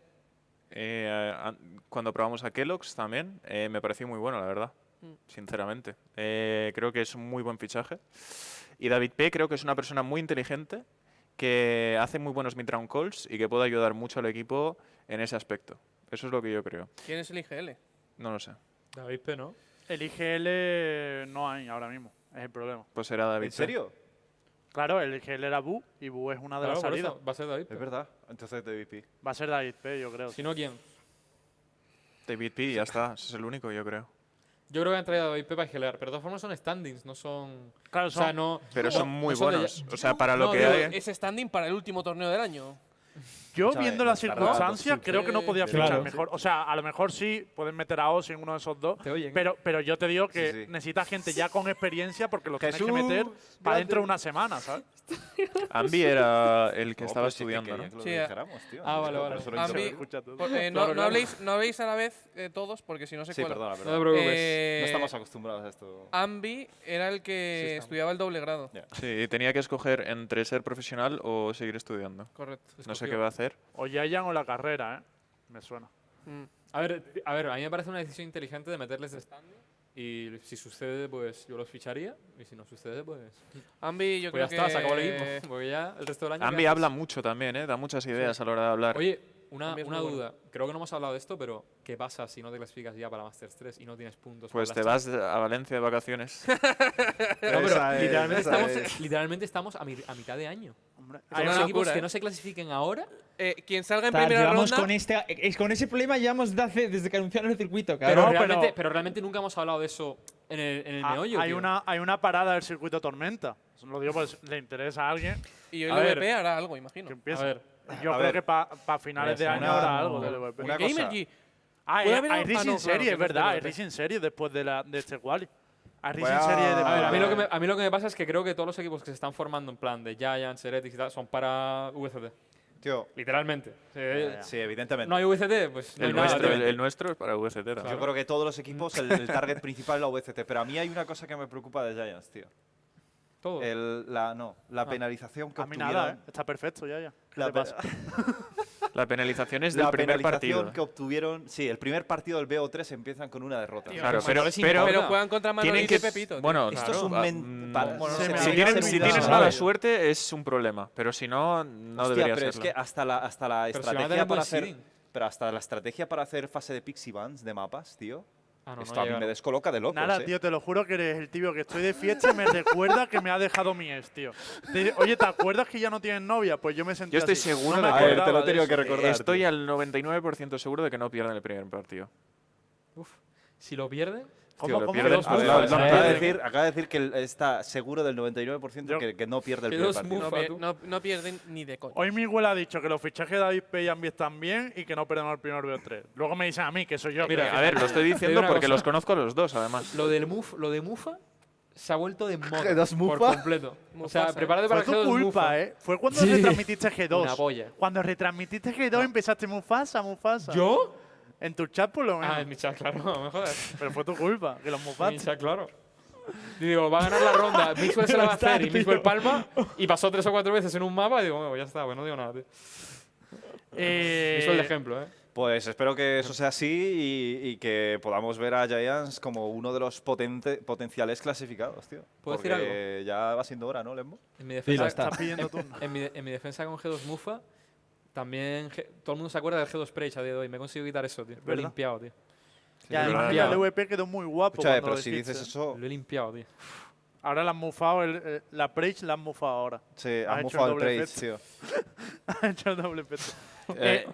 eh, a- a- cuando probamos a Kellogg's también, eh, me pareció muy bueno, la verdad. Mm. Sinceramente. Eh, creo que es un muy buen fichaje. Y David P. creo que es una persona muy inteligente que hace muy buenos mid-round calls y que puede ayudar mucho al equipo en ese aspecto. Eso es lo que yo creo. ¿Quién es el IGL? No lo sé. David P, ¿no? El IGL no hay ahora mismo, es el problema. Pues será David ¿En P. serio? Claro, el IGL era Bu y Bu es una de Claro, las por salidas. eso. Va a ser David Es P. verdad. Entonces David P. Va a ser David P, yo creo. Si no, ¿quién? David P. ya está. Ese es el único, yo creo. Yo creo que han traído a David P para gelar, pero de todas formas son standings, no son. Claro, O sea, son- no. Pero son no- muy no son de buenos. ya- O sea, para lo No, que digo, hay. ¿eh? es standing para el último torneo del año. Yo Escúchame, eh, viendo las está circunstancias raro, creo que no sí. podía Sí, fichar claro. mejor. O sea, a lo mejor sí pueden meter a Osi en uno de esos dos. Te oyen. Pero, pero yo te digo que Sí, sí. necesitas gente ya con experiencia porque los tienes que Jesús, meter para grande. dentro de una semana, ¿sabes? Ambi era el que No, estaba pues sí estudiando, quería ¿no? que lo Sí, ah. dijéramos, tío. Ah, vale, vale. Pero solo Ah, interesa. sí. Escucha todo. Por- eh, Claro, no, no, claro. habléis, no habléis a la vez eh, todos porque si no se Sí, cuela. perdona, No Ah, te perdona. No preocupes. Eh, estamos acostumbrados a esto. Ambi era el Sí, que estamos. estudiaba el doble grado. Ya. Sí, y tenía que escoger entre ser profesional o seguir estudiando. Correcto. No sé Escogió. qué va a hacer. O Yayan o la carrera, ¿eh? Me suena. Mm. A ver, a ver, a mí me parece una decisión inteligente de meterles de standing. Y si sucede, pues yo los ficharía. Y si no sucede, pues. Ambi, yo Pues ya está, creo que. se acabó el equipo. Porque ya el resto del año. Ambi quedan- habla mucho también, ¿eh? Da muchas ideas a la hora de hablar. Oye, una, Ambi es una muy duda. Creo que no hemos hablado de esto, pero ¿qué pasa si no te clasificas ya para Masters 3 y no tienes puntos? para pues las te vas a Valencia de vacaciones. pero Literalmente esa estamos, literalmente estamos a, mi- a mitad de año. Hombre, Hay una unos equipos locura, que ¿eh? no se clasifiquen ahora, Eh, quien salga en Tal, primera llevamos ronda. con, este, es- con ese problema llevamos de hace- desde que anunciaron el circuito, pero, cabrón. pero- realmente, pero... realmente nunca hemos hablado de eso en el, en el Ah, meollo. hay, tío. una, hay una parada del circuito Tormenta. Lo digo pues le interesa a alguien Y hoy A el ver. VP hará algo, que imagino. A empiece. ver, Yo A creo ver. que para finales de Mira, año una- habrá algo del una- VP. una Gamer cosa. Geek, Ah, ¿Puede hay, haber hay algo? Ah, Racing no, claro, Series, que es no está verdad. Hay el VP. Racing Series después de, la, de este quali. Hay Voy Racing Series de a- A ver, a mí, lo que me, parada. a mí lo que me pasa es que creo que todos los equipos que se están formando en plan de Giants, Heretics y tal son para VCT. Tío, Literalmente. Eh, sí, evidentemente. no hay VCT, pues no hay el, nada. nuestro, el, tío. el nuestro es para VCT también. Yo creo que todos los equipos, el, el target principal es la VCT, pero a mí hay una cosa que me preocupa de Giants, tío. Todo. El- la, no, la Ah. penalización que A mí nada, ¿eh? obtuvieron. está perfecto ya, ya. ¿Qué La te pasa? pe- La penalización es del La primer partido. penalización que obtuvieron. Sí, el primer partido del BO3 empiezan con una derrota. Tío, Claro, Pues pero, no les pero, importa. Pero juegan contra Manolín tienen y que. Pepito. tío. Bueno, Esto es un claro, men- mm, para- bueno, se si me si había tienen- olvidado. si tienes Sabe. mala suerte es un problema, pero si no, no Hostia, debería pero serlo. es que hasta la, hasta la Pero si van a estrategia tener para buen hacer. seeding. Pero hasta la estrategia para hacer fase de pixie bands de mapas, tío. Ah, no, no esto a mí me llegaron. descoloca de locos, Nada, eh. tío, te lo juro que eres el tío que estoy de fiesta y me recuerda que me ha dejado mi ex, tío. Te dice, Oye, ¿te acuerdas que ya no tienes novia? Pues yo me sentí Yo estoy así. seguro No me de que- A ver, te acordaba lo he de tenido eso, que tío. recordar. Estoy tío. al 99% seguro de que no pierden el primer partido. Si lo pierden, Tío, ¿Cómo- lo cómo pierden que Ah, por dos lado. moves? No, acaba, de pierde. decir, acaba de decir que él está seguro del 99% Yo- que, que no pierde el que primer los partido. No, Ufa, pier- tú. no- no pierden ni de coña. Hoy Miguel ha dicho que los fichajes de David Pérez y Ambi están bien y que no perdemos el primer BO3. Luego me dicen a mí que soy yo. Mira, eh, que- A ver, lo estoy diciendo una porque cosa. los conozco a los dos, además. Lo, del muf, lo de Mufa se ha vuelto de moda ¿Dos por Mufa? completo. O sea, Mufasa. prepárate para Fue que sea tu dos culpa, Mufa. ¿eh? Fue cuando Sí. retransmitiste G2. Una polla. Cuando retransmitiste G2 empezaste Mufasa, Mufasa. ¿Yo? En tu chat, por lo menos. Ah, en mi chat, claro, no me jodas. Pero fue tu culpa, que los En mi Mufasa. chat, claro. Y digo, va a ganar la ronda, Mixwell se la va a Está, hacer y tío. Mixwell palma. Y pasó tres o cuatro veces en un mapa y digo, bueno, ya está, pues no digo nada, tío. Eh, Mixwell de ejemplo, ¿eh? Pues espero que eso sea así y, y que podamos ver a Giants como uno de los potente- potenciales clasificados, tío. ¿Puedo Porque decir ya va siendo hora, ¿no, Lembo? En mi Dilo, defensa, está. Estás pidiendo turno. en mi, en mi defensa con G2 Mufa, también G- todo el mundo se acuerda del G2 Preach a día de hoy. Me he conseguido quitar eso, tío. Lo he ¿Verdad? limpiado, tío. y además pero que el ahora- VP quedó muy guapo. Escúchame, cuando pero si dijiste. dices eso, Oh. Lo he limpiado, tío. Ahora la han mufado, el- eh, la Preach la han mufado ahora. se Ha ha hecho mofado el doble trade, efecto. tío. Ha hecho el doble peto. Eh,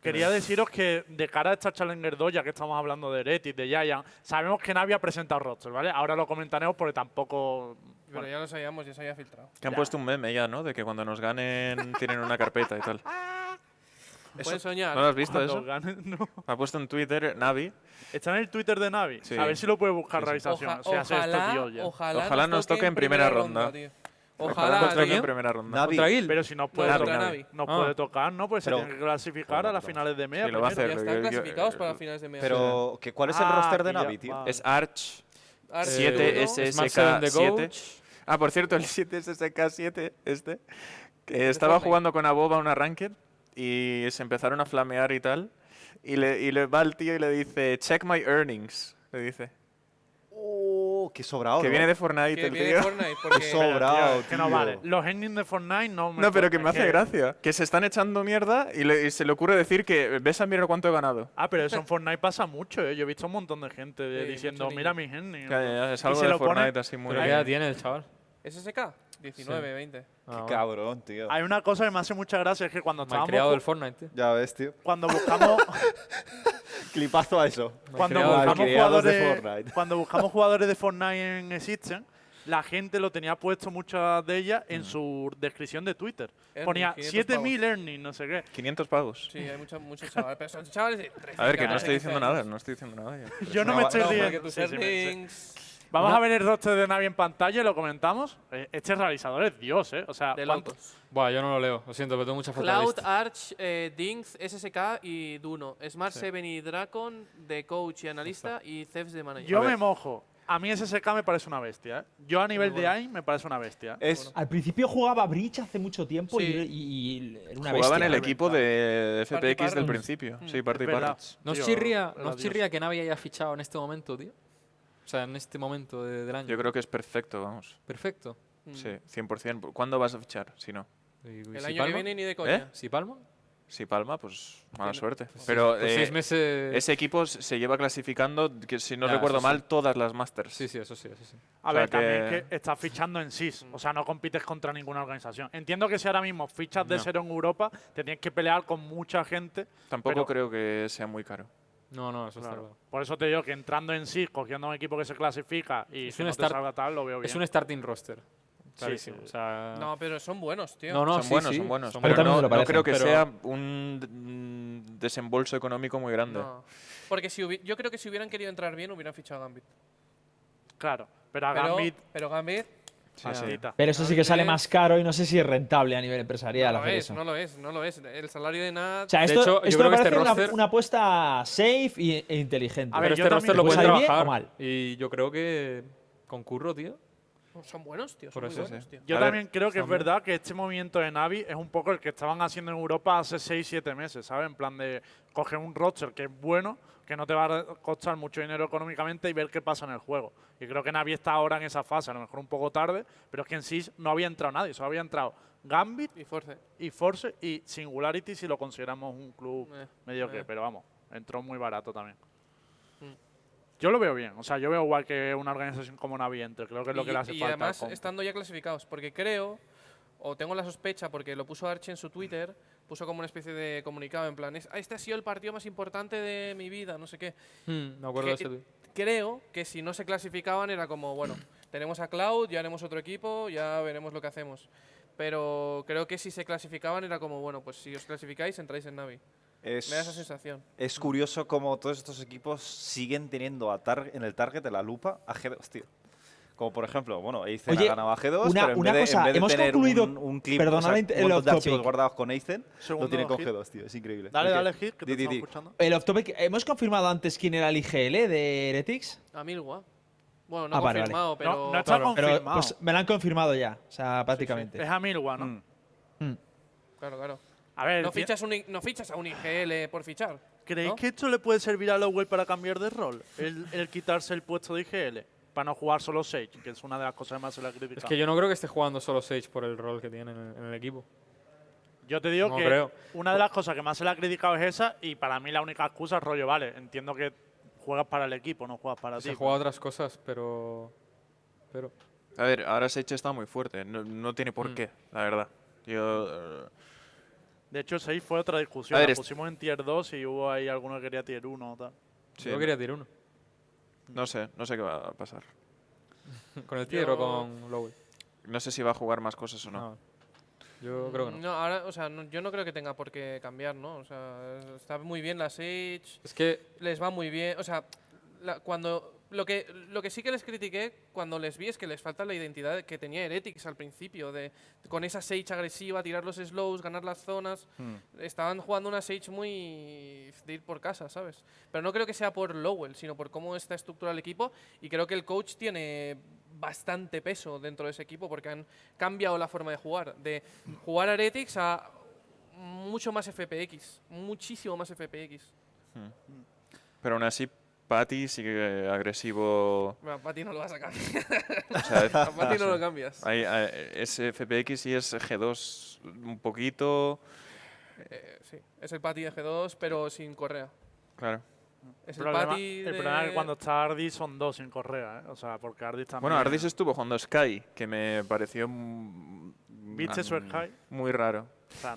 Quería deciros que de cara a esta Challenger 2, ya que estamos hablando de Heretic, de Giant, sabemos que nadie ha presentado roster, ¿vale? Ahora lo comentaremos porque tampoco. Pero ya lo sabíamos, ya se había filtrado. Que han puesto un meme ya, ¿no? De que cuando nos ganen tienen una carpeta y tal. Pueden soñar. ¿No lo has visto cuando eso? ganen, no. Me ha puesto en Twitter Navi. Está en el Twitter de Navi. Sí. A ver si lo puede buscar Sí, sí. realización. Oja- o sea, se ojalá, estudió ya. ojalá, Ojalá nos toque en primera ronda. tío. Ojalá nos Ojalá, toque en tío. primera ronda. Navi, Contra Gil. Pero si nos puede, Puede Navi, tocar Navi. Navi. nos Ah. puede tocar, ¿no? Pues Pero- se tiene que clasificar a las finales de media. Sí, lo va a primero. hacer. Ya Yo- están yo- clasificados yo- para finales de media. pero ¿que- ¿cuál es el Ah, roster de que ya- Navi, tío? vale. Es Arch Arce, Siete Bruno, SS. Smart Eh, Seven de SK7. Coach. Ah, por cierto, el 7SSK7, este, que estaba Fortnite. jugando con Aboba una ranked y se empezaron a flamear y tal. Y le, y le va el tío y le dice, check my earnings, le dice. Ah, Oh, qué sobrado. que ¿no? viene de que Fortnite el viene tío. Fortnite, Qué porque sobrado, Que no tío. vale. Los endings de Fortnite no me No, pero que es me hace gracia. Que se están echando mierda y, le- y se le ocurre decir que, ves a mira cuánto he ganado. Ah, pero eso en Fortnite pasa mucho, ¿eh? Yo he visto un montón de gente de- Sí, diciendo, mucho mira niño. mis endings. Ya, ya, ya, eh, es Y algo se de lo pone- Fortnite así muy... Pero ¿qué edad tiene el chaval? SSK, 19, 20. Ah, bueno. Qué cabrón, tío. Hay una cosa que me hace mucha gracia, es que cuando estábamos... Malcriado ju- del Fortnite, tío. Ya ves, tío. Cuando buscamos, Clipazo a eso. cuando, Malcriado del Malcriados buscamos de jugadores, Fortnite. cuando buscamos jugadores de Fortnite en Existen, la gente lo tenía puesto muchas de ellas en su descripción de Twitter. Earning, Ponía 500 7000 earnings, no sé qué. 500 pavos. Sí, hay muchos muchos chavales, pero son chavales de 13. A ver, que no ¿eh? estoy diciendo nada, no estoy diciendo nada. yo. Yo no, No, me no, estoy No, porque riendo. tus Sí, sí, me- sí. earnings Vamos a ver el roster de Navi en pantalla y lo comentamos. Eh, Este realizador es Dios, ¿eh? O Ah, sea, de ¿cuánto- locos. Buah, yo no lo leo, lo siento, pero tengo mucha falta de Cloud, vista. Arch, eh, Dings, SSK y Duno. Smart 7 y Dracon de coach y analista y Zevs de manager. Yo me mojo. A mí SSK me parece una bestia. ¿eh? Yo a nivel de bueno. AIM me parece una bestia. eh. Es, Al principio jugaba Breach hace mucho tiempo y- Sí. y, y era una Jugaba en bestia. el equipo de Party FPX del Partners. principio. Mm. Sí, Party Es verdad. Partners. ¿No os Tío, chirría, era no os Dios. chirría que Navi haya fichado en este momento, tío? O sea, en este momento de- del año. Yo creo que es perfecto, vamos. Perfecto. Mm. Sí, 100%. ¿Cuándo vas a fichar? Si no. Y- y El si año que palma- viene ni de coña. ¿Eh? Si palma, Si palma, pues mala Tiene- suerte. Pero pues seis eh, meses. ese equipo s- se lleva clasificando, que si no Ya, recuerdo eso sí. mal, todas las Masters. Sí, sí, eso sí, eso sí. A o sea ver, también que- que... estás fichando en SIS. O sea, no compites contra ninguna organización. Entiendo que si ahora mismo fichas de No. cero en Europa, te tienes que pelear con mucha gente. Tampoco Pero- creo que sea muy caro. No, no, eso está Claro. claro. Por eso te digo que entrando en SIS, cogiendo un equipo que se clasifica y Es que un no te start- salga tal, lo veo bien. Es un starting roster. Clarísimo. sí. O sea, No, pero son buenos, tío. no, no, son sí, buenos, sí, son buenos. son Pero también no, me no lo parecen, creo que pero- sea un d- mm, desembolso económico muy grande. No. Porque si hubi- yo creo que si hubieran querido entrar bien, hubieran fichado a Gambit. Claro. Pero a Pero Gambit, pero Gambit Sí, sí. pastita. Pero eso sí que sale Entonces- más caro y no sé si es rentable a nivel no empresarial lo hacer es, eso. no lo es, no lo es. El salario de Nada. O sea, De esto, hecho, yo esto creo me que este parece una, roster- una apuesta safe y- e inteligente. A ver, pero yo este roster también- lo ¿Puede pueden salir bien o trabajar. mal? Y yo creo que con curro, tío. Oh, son buenos, tío. Son Por muy eso sí. buenos, tío. Yo A ver, también creo que es Samuel. verdad que este movimiento de Navi es un poco el que estaban haciendo en Europa hace 6, 7 meses, ¿sabes? En plan de coger un roster que es bueno, que no te va a costar mucho dinero económicamente y ver qué pasa en el juego. Y creo que Navi está ahora en esa fase, a lo mejor un poco tarde, pero es que en sí no había entrado nadie, solo había entrado Gambit Y fuerza. y Force y Singularity si lo consideramos un club Eh, medio que, eh. pero vamos, entró muy barato también. Mm. Yo lo veo bien, o sea, yo veo igual que una organización como Navi entre, creo que es lo y, que le hace y falta. al además comp. estando ya clasificados, porque creo, o tengo la sospecha, porque lo puso Arch en su Twitter, puso como una especie de comunicado en plan, "Es- este ha sido el partido más importante de mi vida, no sé qué. Hmm, me acuerdo de Que- ese. tío. creo que si no se clasificaban era como, bueno, tenemos a Cloud, ya haremos otro equipo, ya veremos lo que hacemos. Pero creo que si se clasificaban era como, bueno, pues si os clasificáis entráis en Navi. Es, Me da esa sensación. es curioso cómo todos estos equipos siguen teniendo a tar- en el target de la lupa a G2, tío. Como por ejemplo, bueno, Aizen Oye, ha ganado a G2, una- pero en una vez de, en cosa, vez de hemos tener concluido- un, un clip, perdona o sea, la un inter- el montón de off-topic. archivos guardados con Aizen, lo Segundo tienen con hit. G2, tío. Es increíble. Dale, ¿Qué? dale, Hit, que te Di, di, estamos di. escuchando. El off topic, eh, ¿hemos confirmado antes quién era el IGL de Heretics? A Milwa. Bueno, no Ah, vale, confirmado, No, pero... no está Pero confirmado. pues me lo han confirmado ya, o sea, prácticamente. es a Milwa, ¿no? Mm. Claro, claro. A ver, No ti- fichas, un I- no fichas a un IGL por fichar. ¿creéis ¿no? que esto le puede servir a Lowell para cambiar de rol? El, el quitarse el puesto de IGL para no jugar solo Sage, que es una de las cosas que más se le ha criticado. Es que yo no creo que esté jugando solo Sage por el rol que tiene en el, en el equipo. Yo te digo No que creo. una de las cosas que más se le ha criticado es esa y para mí la única excusa es rollo, vale, entiendo que juegas para el equipo, no juegas para ti. Se juega otras cosas, pero... pero A ver, ahora Sage está muy fuerte. No, no tiene por Mm. qué, la verdad. Yo, eh, De hecho, 6 fue otra discusión. A ver, la es- pusimos en tier 2 y hubo ahí alguno que quería tier 1 o tal. sí, yo quería tirar uno. no sé, no sé qué va a pasar. ¿Con el tier o Yo- con Lowell? No sé si va a jugar más cosas o no. No. Yo creo que no. ahora, o sea, no- yo no creo que tenga por qué cambiar, ¿no? O sea, es- está muy bien la Sage, Es que les va muy bien, o sea, la- cuando lo que lo que sí que les critiqué cuando les vi es que les falta la identidad que tenía Heretics al principio de con esa Sage agresiva, tirar los slows, ganar las zonas, Mm. estaban jugando una Sage muy de ir por casa, ¿sabes? Pero no creo que sea por Lowell, sino por cómo está estructurado el equipo y creo que el coach tiene bastante peso dentro de ese equipo porque han cambiado la forma de jugar, de jugar a Heretics a mucho más FPX, muchísimo más FPX. Pero aún así, Patty sigue agresivo. Bueno, a ti no lo vas a cambiar. O sea, A Mati no lo cambias. hay- hay- es FPX y es G2 un poquito. Eh, sí, es el Patty de G2, pero sin correa. Claro. Es el, el, problema, Patty el problema es de- que cuando está Ardis son dos sin correa, ¿eh? O sea, porque Ardis también. Bueno, Ardis estuvo jugando Sky, que me pareció. mm, ¿Viste su mm, Sky? Muy raro. o sea,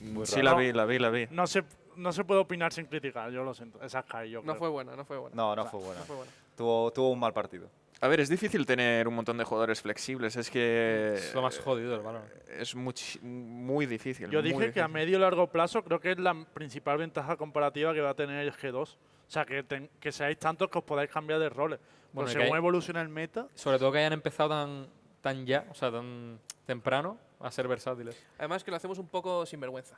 Muy Sí, raro. la vi, la vi, la vi. no, se, no se puede opinar sin criticar, yo lo siento. Esa Sky, yo No creo. fue buena, no fue buena. No, no fue buena. No fue buena. Tuvo, tuvo un mal partido. A ver, es difícil tener un montón de jugadores flexibles. Es que. es lo más jodido del balón. Es much- muy difícil. Yo muy dije que a difícil. medio y largo plazo creo que es la principal ventaja comparativa que va a tener el G2. O sea, que, ten- que seáis tantos que os podáis cambiar de roles. Bueno, Bueno, y que según hay- evoluciona el meta, Sobre todo que hayan empezado tan, tan ya, o sea, tan temprano, a ser versátiles. Además que lo hacemos un poco sin vergüenza.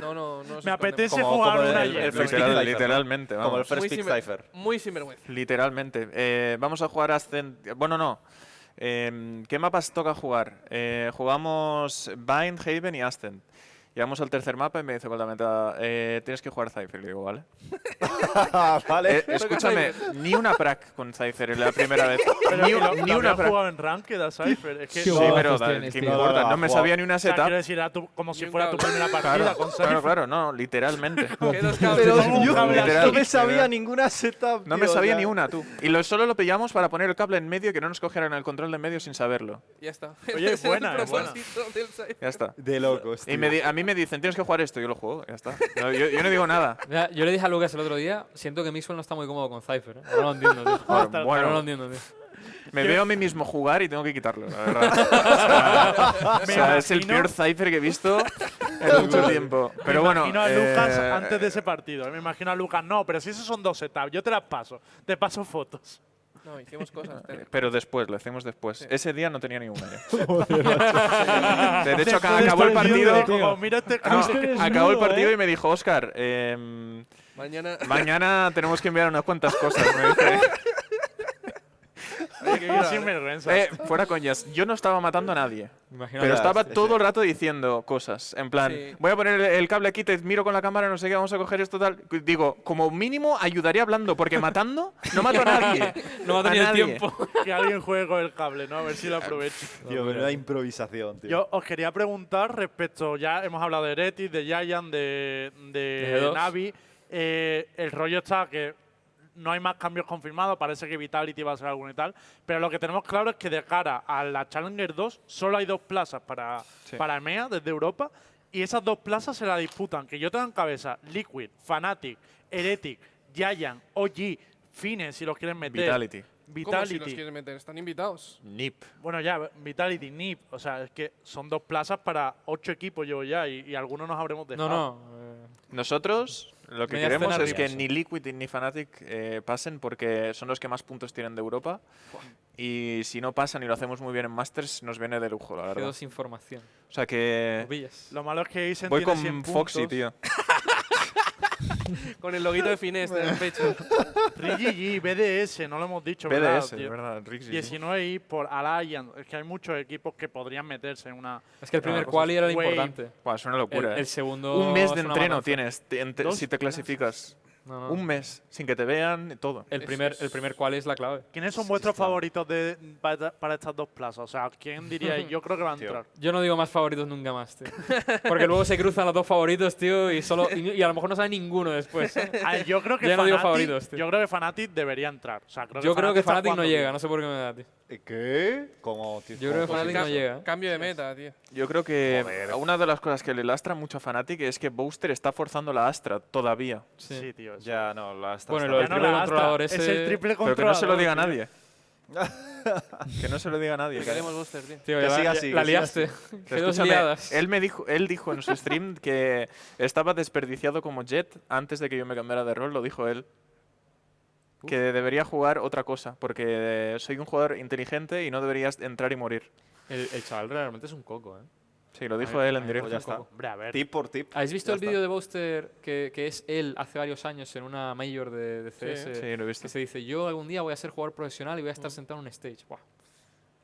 No, no, no. nos me escondemos. apetece Como- jugar como una el- el Jet. Flex Literal- Cipher, ¿no? literalmente, vamos. Como el First Muy Pick sinver- Cypher. Muy sinvergüenza. Literalmente. Eh, vamos a jugar Ascent. Bueno, no. Em, ¿Qué mapas toca jugar? Eh, jugamos Bind, Haven y Ascent. Llegamos al tercer mapa y me dice Coldamenta, eh, tienes que jugar Cypher. Le digo, vale. Ah, vale. Eh, escúchame, ni una prac con Cypher en la primera vez. Pero ni, que un- lo- ni lo una había prac. jugado en Ranked a Cypher. Es que Sí, Sí, o Todas pero las da- tienes, ¿qué tío. importa? No me Guau. sabía ni una sea, quiero setup. decir, era tu- como si Ni un fuera tu cable. primera partida Claro, con claro, Cypher. claro, no, literalmente. G2 Pero cables. yo- yo no Literal. me sabía ninguna setup. No tío, me o sabía sea, ni una, tú. Y lo, solo lo pillamos para poner el cable en medio y que no nos cogieran el control de en medio sin saberlo. Ya está. Oye, es Ese buena, el es buena. propósito del side. Ya está. De locos. Y me di- a mí me dicen, tienes que jugar esto, yo lo juego, ya está. No, yo, yo no digo nada. Mira, yo le dije a Lucas el otro día, siento que Mixwell no está muy cómodo con Cypher. ¿eh? No lo entiendo, tío. Ahora, Hasta- Ahora no lo bueno, entiendo, tío. me veo a mí mismo jugar y tengo que quitarlo, la verdad. O sea, o sea, es el imagino- peor cipher que he visto en mucho tiempo. Pero bueno. imagino a Lucas eh, antes de ese partido. Me imagino a Lucas, no, pero si esos son dos setups, yo te las paso. Te paso fotos. No, hicimos cosas. eh, terribles. Pero después, lo hacemos después. Sí. Ese día no tenía ninguna. yo. Joder, De macho. de hecho, Después cada- de acabó el estar partido- viendo, tío. como, mira este Ah, No, Es que eres acabó el nudo, partido ¿eh? y me dijo, Oscar, em, Mañana. mañana tenemos que enviar unas cuantas cosas. me dice. sin vergüenza. Eh, fuera coñas, yo no estaba matando a nadie. Imagínate. Claro, Pero estaba sí, todo sí. el rato diciendo cosas. En plan, Sí. voy a poner el- el cable aquí, te miro con la cámara, no sé qué, vamos a coger esto tal. Digo, como mínimo ayudaría hablando, porque matando no mato a nadie. No va a a tener nadie. tiempo. que alguien juegue con el cable, ¿no? A ver si lo aprovecho. Tío, menuda improvisación, tío. Yo os quería preguntar respecto, ya hemos hablado de Heretic, de Giant, de, de De G2. Navi. Eh, el rollo está que no hay más cambios confirmados, parece que Vitality va a ser alguno y tal. Pero lo que tenemos claro es que de cara a la Challenger 2 solo hay dos plazas para, para EMEA desde Europa. Y esas dos plazas se la disputan, que yo tengo en cabeza, Liquid, Fnatic, Heretic, Giant, OG, Fines, si los quieren meter. Vitality. ¿Cómo si Vitality. los quieren meter? Están invitados. Nip. Bueno, ya, Vitality, NIP. O sea, es que son dos plazas para ocho equipos llevo ya y, y algunos nos habremos dejado. No, no. eh, Nosotros lo que Media queremos escena es que arriba. ni Liquid ni Fnatic eh, pasen porque son los que más puntos tienen de Europa. Y si no pasan y lo hacemos muy bien en Masters, nos viene de lujo, la quedo verdad. sin formación. O sea que. Ovillas. Lo malo es que Isen Voy tiene con 100 Foxy, puntos. tío. Con el loguito de Finés en el pecho. RIGG, BDS, no lo hemos dicho, ¿verdad? PDS, tío? ¿verdad? Rixi. 19 y por Alliance. Es que hay muchos equipos que podrían meterse en una. Es que el primer cosas- quali era lo Wave. importante. Buah, es una El, locura. eh. el segundo. un mes es de una entreno matanza. tienes te- en- te- Dos si te clasificas. No, no. Un mes, sin que te vean, y todo. El Eso primer, es- el primer cual es la clave. ¿Quiénes son vuestros favoritos de, para, esta- para estas dos plazas? O sea, ¿quién diría? Yo creo que va a Tío. entrar. Yo no digo más favoritos nunca más, tío. Porque luego se cruzan los dos favoritos, tío, y solo y, y a lo mejor no sabe ninguno después. A ver, Ah, yo creo que Ya no digo Fnatic- favoritos, tío. yo creo que Fnatic debería entrar. O sea, creo Yo creo que está Fnatic no jugando llega, bien. no sé por qué me da, tío. ¿Qué? Como, tío, Yo creo que como Fnatic no posible. llega. Cambio de meta, tío. Yo creo que Joder. una de las cosas que le lastra mucho a Fnatic es que Booster está forzando la Astra todavía. Sí. Sí, tío. Ya, Ya, no, la está. Pues Bueno, está lo del triple bien. no la gasta, controlador es ese- el triple Pero controlador. que no se lo diga a tío. nadie. que no se lo diga a nadie. Te queremos booster, tío. Tío, Que ya la, siga ya- así, la que siga así. liaste. Pero Qué dos escúchame, liadas. Él, me dijo, él dijo en su stream que estaba desperdiciado como Jet antes de que yo me cambiara de rol, lo dijo él. Que debería jugar otra cosa, porque soy un jugador inteligente y no deberías entrar y morir. El, el chaval realmente es un coco, ¿eh? Sí, lo dijo él en Pues directo. ya está. Hombre, a ver. Tip por tip. ¿Habéis visto Ya el está. vídeo de Booster que, que es él hace varios años en una mayor de, de CS? Sí, lo he visto. Que se dice, yo algún día voy a ser jugador profesional y voy a Mm. estar sentado en un stage. Buah.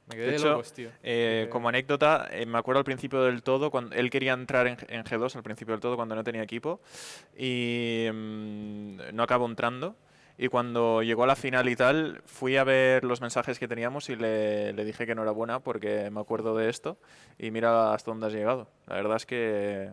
Me quedé De de hecho, locos, tío. Eh, Eh, como anécdota, eh, me acuerdo al principio del todo, cuando él quería entrar en, G- en G2 al principio del todo cuando no tenía equipo y mm, no acabó entrando. Y cuando llegó a la final y tal, fui a ver los mensajes que teníamos y le, le dije que enhorabuena porque me acuerdo de esto y mira hasta dónde has llegado. La verdad es que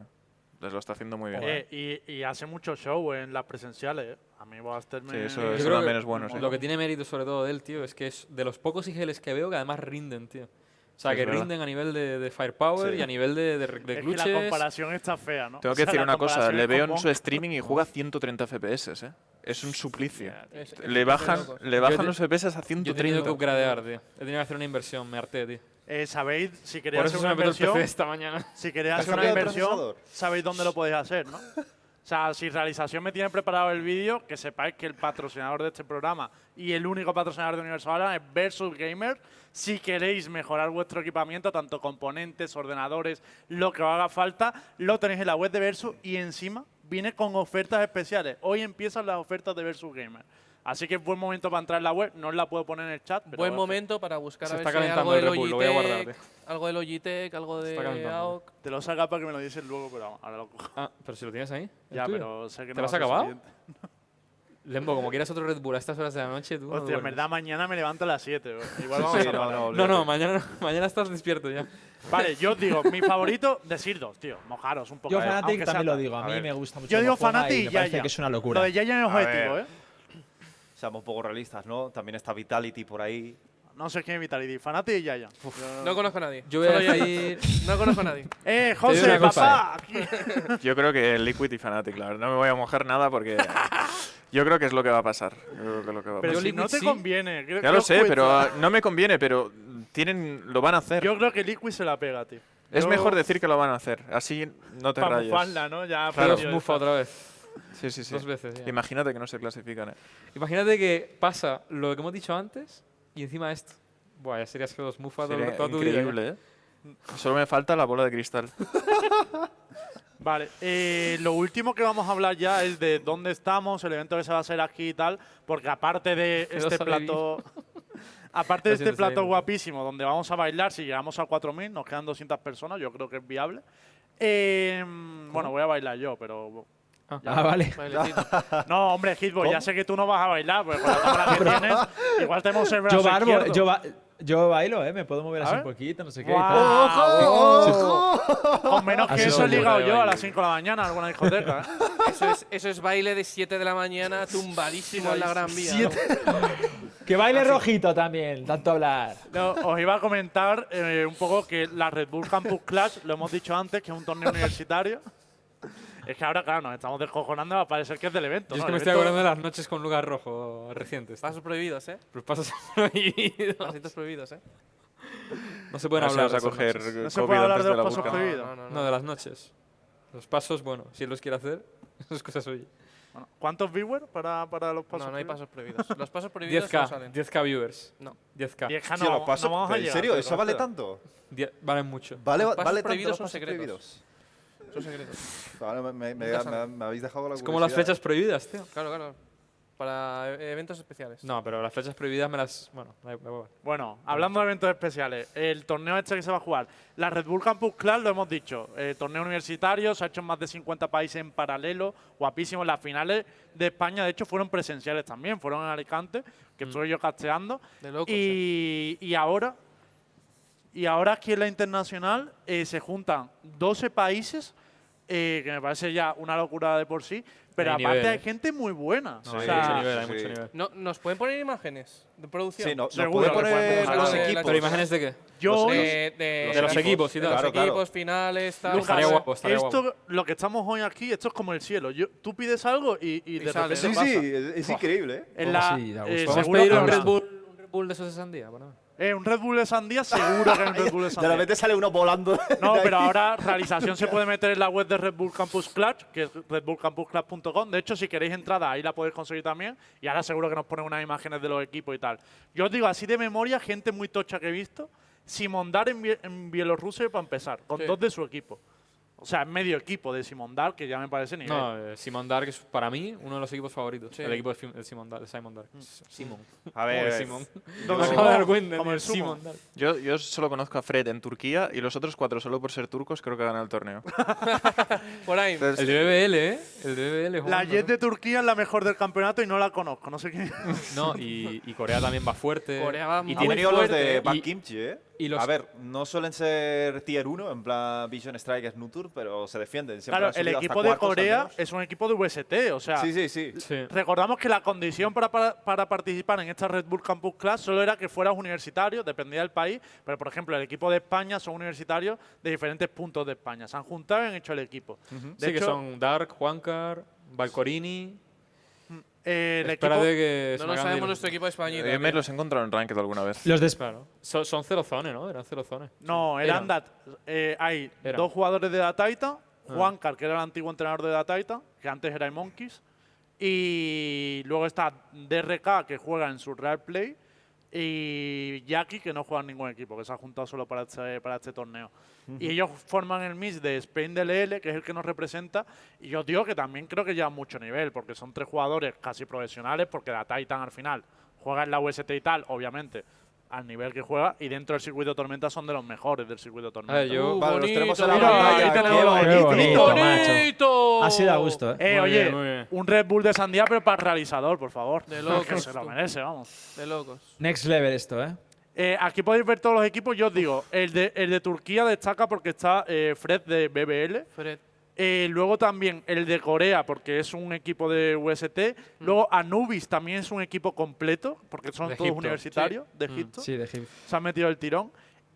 les lo está haciendo muy bien. Eh, y, y hace mucho show en las presenciales. eh. A mí Buster me... Sí, eso Yo es- creo también que es bueno, sí. Lo que tiene mérito sobre todo de él, tío, es que es de los pocos IGLs que veo que además rinden, tío. O sea, Es que verdad. rinden a nivel de, de firepower Sí. y a nivel de, de, de Es que la clutches. comparación está fea, ¿no? Tengo O que sea, decir la una cosa, comparación le es veo con en su Monk. streaming y juega 130 FPS, ¿eh? Es un suplicio. Es- es Le bajan, loco. le Yo bajan te- los FPS a Yo he tenido que 130. upgradear, tío. He tenido que hacer una inversión, me harté, tío. Eh, ¿Sabéis? Si queréis Por hacer eso se una me petó el inversión, PC esta mañana. si ¿Te queréis has hacer una cambiado de inversión, procesador? sabéis dónde lo podéis hacer, ¿no? O sea, si realización me tiene preparado el vídeo, que sepáis que el patrocinador de este programa y el único patrocinador de Universo ahora es Versus Gamer. Si queréis mejorar vuestro equipamiento, tanto componentes, ordenadores, lo que os haga falta, lo tenéis en la web de Versus y encima viene con ofertas especiales. Hoy empiezan las ofertas de Versus Gamer. Así que es buen momento para entrar en la web. No os la puedo poner en el chat. pero Buen bueno, momento para buscar Se a ver está si hay calentando algo el del Red Bull, lo voy a guardar, eh. Logitech, algo del Logitech, algo está de calentando. AOC. Te lo sacas para que me lo dices luego, pero vamos, ahora lo cojo. Ah, pero si lo tienes ahí. el Ya, tuyo. pero sé que ¿Te no lo has va a ser acabado? suficiente. Lembo, como quieras otro Red Bull a estas horas de la noche, tú. no Hostia, en duermes. verdad mañana me levanto a las 7. Igual vamos Sí, a no, parar. no, No, no, mañana, no, mañana estás despierto ya. Vale, yo os digo, mi favorito, decir dos, tío. Mojaros un poco. Yo A ver, Fnatic aunque sea también lo tal. digo, a A mí ver. me gusta mucho. Yo digo cómo juega Fnatic y y me parece Yaya. que es una locura. Lo de Yaya es A objetivo, ver. ¿eh? Seamos poco realistas, ¿no? También está Vitality por ahí. No sé quién es Vitality. Fnatic y Yaya. No conozco a nadie. Yo voy a Solo decir- No conozco a nadie. ¡Eh, Te digo José, una cosa, papá! aquí. Yo creo que Liquid y Fnatic, la verdad. No me voy a mojar nada porque yo creo que es lo que va a pasar. Yo creo que es lo que va Pero a pasar. Yo si Liquid no te sí. conviene. creo- Ya creo lo sé, que- pero ah, no me conviene, pero tienen, lo van a hacer. Yo creo que Liquid se la pega, tío. es Yo- mejor decir que lo van a hacer. Así no te Para rayes. bufarla, ¿no? Ya, Claro. perdido, ya Mufa está. otra vez. Sí, sí, sí. Dos veces. ya. Imagínate que no se clasifican. eh. Imagínate que pasa lo que hemos dicho antes y encima esto. Buah, ya serías que dos mufa todo- Sería toda tu vida. increíble, ¿eh? Solo me falta la bola de cristal. Vale, eh, lo último que vamos a hablar ya es de dónde estamos, el evento que se va a hacer aquí y tal, porque aparte de Que no este sabe plato, aparte Lo de este siento, plato Sabino. guapísimo donde vamos a bailar, si llegamos a 4.000, nos quedan 200 personas, yo creo que es viable. Eh, bueno, voy a bailar yo, pero... Ah, vale. Bailecito. Ah. No, hombre, Hitboy, ya sé que tú no vas a bailar, porque con la cámara que tienes, igual tenemos el brazo Yo, barbo- izquierdo. yo, ba- yo bailo, ¿eh? Me puedo mover A así ver. un poquito, no sé qué. y Guau. tal. Con menos que eso Así he soy yo. ligado yo a las 5 de la mañana a alguna discoteca. ¿eh? Eso es, eso es baile de 7 de la mañana, tumbadísimo en la Gran Vía. ¿no? Que baile rojito también, tanto hablar. No, os iba a comentar eh, un poco que la Red Bull Campus Clash, lo hemos dicho antes, que es un torneo universitario. Es que ahora, claro, nos estamos descojonando, va a parecer que es del Yo evento. es ¿no? que El me estoy evento- acordando de las noches con lugar rojo recientes. Pasos prohibidos, ¿eh? Los pasos prohibidos. Pasitos prohibidos, ¿eh? No se pueden No hablar. se vas a de esas coger eh, noches. COVID No se puede hablar antes de la los pasos burka. prohibidos. No, no, no. No, de las noches. Los pasos, bueno, si él los quiere hacer, es cosa suya. Bueno, ¿Cuántos viewers para, para los pasos? No, no hay pasos prohibidos. Los pasos prohibidos no 10k, salen. 10k viewers. No. 10k. Vieja, Tío, Ah, no, los pasos- no vamos a pero ¿En llegar, serio? pero ¿Eso vale hostia. tanto? Die- valen mucho. ¿Vale, Los pasos vale tanto prohibidos los son pasos secretos. prohibidos? Son secretos. Ahora me, me- me- Nunca sale. me- me habéis dejado la Es como las curiosidad. flechas prohibidas, tío. Claro, claro. Para e- eventos especiales. No, pero las flechas prohibidas me las. Bueno, da igual. Bueno, hablando de eventos especiales, el torneo este que se va a jugar, la Red Bull Campus Clash, lo hemos dicho, eh, torneo universitario, se ha hecho en más de 50 países en paralelo, guapísimo. Las finales de España, de hecho, fueron presenciales también, fueron en Alicante, que estuve yo casteando. Mm. De locos. Y, eh. y ahora, y ahora aquí en la internacional eh, se juntan 12 países, eh, que me parece ya una locura de por sí, pero Hay aparte nivel, hay ¿eh? gente muy buena. No, o hay sea, mucho nivel, hay sí. mucho nivel. No, ¿Nos pueden poner imágenes de producción? Sí, no, nos Seguro puede que podemos poner hablar los de la equipos. Pero imágenes de qué? yo De, de- los equipos, y tal. Los Claro, claro. equipos, finales, tal. Lucas, Estaría guapo, estaría esto, guapo. lo que estamos hoy aquí, esto es como el cielo. Yo, tú pides algo y, y de repente sale. Sí, pasa. sí, es, es increíble, ¿eh? En la, Sí, da eh, gusto. ¿Podemos seguro pedir que un habrá- Red Bull, un Red Bull de esos de sandía? Bueno. Eh, un Red Bull de sandía, seguro que hay un Red Bull de De sandía. repente sale uno volando. No, pero ahora realización se puede meter en la web de Red Bull Campus Clutch, que es redbullcampusclub.com. De hecho, si queréis entrada, ahí la podéis conseguir también. Y ahora seguro que nos ponen unas imágenes de los equipos y tal. Yo os digo, así de memoria, gente muy tocha que he visto. Simondar en, Bie- en Bielorrusia para empezar, con Sí. dos de su equipo. O sea, medio equipo de Simondar, que ya me parece nivel. No, eh, Simon Dark es para mí uno de los equipos favoritos. Sí. El equipo de, Fim- de Simon Dark. de Simon Dark. Simon. A Pobre ver, Simon. yo- Me acabo de dar cuenta, como tío, el sumo. Simon Dark. Yo, yo solo conozco a Fred en Turquía y los otros cuatro, solo por ser turcos, creo que ganan el torneo. Por ahí. El de BBL, ¿eh? El de BBL. La jugando, Jet ¿no? de Turquía es la mejor del campeonato y no la conozco, no sé qué. No, y, y Corea también va fuerte. Corea va y muy Han tiene- venido los de fuerte. Bad Y- Kimchi, ¿eh? y los- A ver, no suelen ser tier 1, en plan Vision Strikers Nutur, pero se defienden. Siempre Claro, han el subido hasta equipo de cuartos, al Corea menos. es un equipo de UST, o sea, Sí, sí, sí. Sí. Recordamos que la condición para, para, para participar en esta Red Bull Campus Class solo era que fueras universitario, dependía del país, pero por ejemplo el equipo de España son universitarios de diferentes puntos de España. Se han juntado y han hecho el equipo. De Sí, que hecho, son Dark, Juancar, Valcorini. eh, el equipo, Espérate que. se no me lo acaban de sabemos ir. nuestro equipo español. Yo me los he encontrado en Ranked alguna vez. Los de España. Claro. So- son cero zones, ¿no? Eran cero zones. No, eran dat- eh, hay Eran. dos jugadores de la Taita, Juancar, que era el antiguo entrenador de la Taita, que antes era el Monkeys, y luego está DRK, que juega en su Real Play, y Jackie, que no juega en ningún equipo, que se ha juntado solo para este, para este torneo. Y ellos forman el mix de Spain DLL, que es el que nos representa, y yo os digo que también creo que lleva mucho nivel, porque son tres jugadores casi profesionales, porque la Titan al final juega en la UST y tal, obviamente, al nivel que juega, y dentro del circuito Tormenta son de los mejores del circuito A Tormenta. ver, Eh, yo. Vale, los Uh, bonito, tenemos en la mira, pantalla. ahí tenemos Qué los bonito. equipos. ¡Bonito! macho. ¡Bonito! Ha sido a gusto, ¿eh? Eh, Muy oye, bien, muy bien. un Red Bull de Sandía, pero para el realizador, por favor. De locos, Que se lo tú. merece, vamos. De locos. Next level esto, ¿eh? Eh, aquí podéis ver todos los equipos. Yo os digo, el de, el de Turquía destaca porque está eh, Fred de BBL. Fred. Eh, luego también el de Corea, porque es un equipo de UST. Luego Anubis también es un equipo completo, porque son Mm. De todos Egipto, universitarios de Mm. Egipto. Sí, de hip. Se han metido el tirón.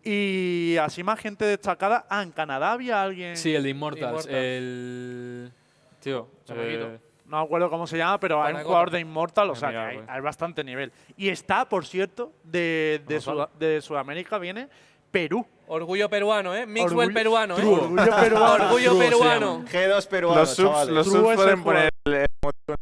Y así más gente destacada. Ah, en Canadá había alguien. Sí, el de Immortals. Immortals. El. Tío. Chamaquito. eh, No me acuerdo cómo se llama, pero hay un Panagota. jugador de Immortal, o Es sea, mi que hay, árbol. hay bastante nivel. Y está, por cierto, de, de, Suda- de Sudamérica, viene Perú. Orgullo peruano, ¿eh? Mixwell Orgullo- peruano, ¿eh? True. Orgullo peruano. Orgullo True se peruano. G2 peruanos, Los subs, chavales. los True subs es el pueden poner jugador.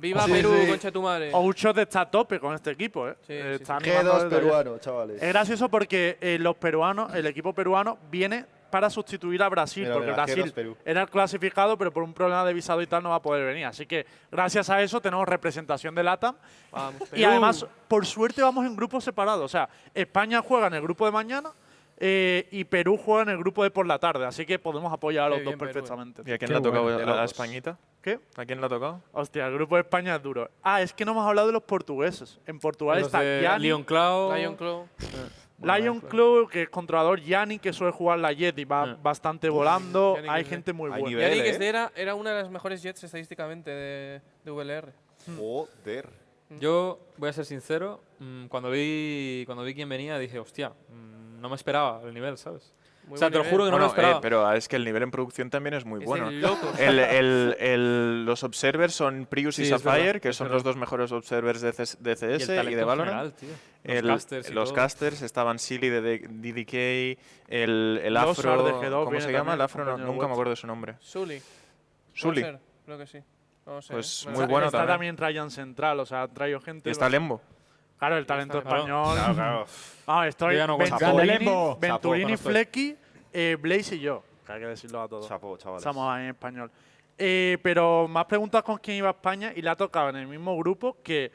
Viva Sí, Perú, sí. concha tu madre. Ouchot está a tope con este equipo, ¿eh? Sí, Eh, sí, está animando G2 desde allá. peruanos, chavales. Es gracioso porque eh, los peruanos, el equipo peruano, viene para sustituir a Brasil, Mira, porque mira, G2 Brasil Perú. era el clasificado, pero por un problema de visado y tal no va a poder venir. Así que gracias a eso tenemos representación de LATAM. Vamos, Y Perú. además, por suerte, vamos en grupos separados. O sea, España juega en el grupo de mañana eh, y Perú juega en el grupo de por la tarde. Así que podemos apoyar a Qué los dos bien, Perú, eh. perfectamente. ¿Y a quién Qué le ha tocado bueno, de la, la locos. españita? ¿Qué? ¿A quién le ha tocado? Hostia, el grupo de España es duro. Ah, es que no hemos hablado de los portugueses. En Portugal los está de Gianni, Leon Cloud. Lion Claw. Lion Club, que es controlador Yanni, que suele jugar la Jet y va Eh. bastante volando. Yannick Hay es- gente muy Hay buena. nivel. Yannick ¿eh? es de este era, era una de las mejores jets estadísticamente de, de VLR. Joder. Yo voy a ser sincero, mm, cuando vi cuando vi quién venía dije, hostia, mm, no me esperaba el nivel, ¿sabes? Muy o sea, buen te lo nivel. juro que no Bueno, lo eh, esperaba. pero es que el nivel en producción también es muy Es bueno. de locos. El- el- el- los observers son Prius y Sí, es Sapphire, verdad, que es son verdad. los dos mejores observers de, CS de Y el CS y, talento de en Valorant. general, tío. El- los casters y los todo. casters, estaban Silly de, de- DDK, el, el Los afro, Ar de G2 ¿cómo viene se llama? también, El afro, no- compañero nunca me vuestro. acuerdo de su nombre. Sully. Sully. Puede ser, Creo que sí. No sé. Pues ¿eh? muy Está- bueno Está también también. Ryan Central, o sea, han traído gente. Y está Lembo. Claro, el talento Claro. español. Claro, claro. Ah, estoy Yo ya no aguanto. Venturini, Sapo. Venturini, Sapo, Flecky, eh, Blaze y yo. Que hay que decirlo a todos. Chapo, chavales. Estamos ahí en español. Eh, pero más preguntas con quién iba a España y la ha tocado en el mismo grupo que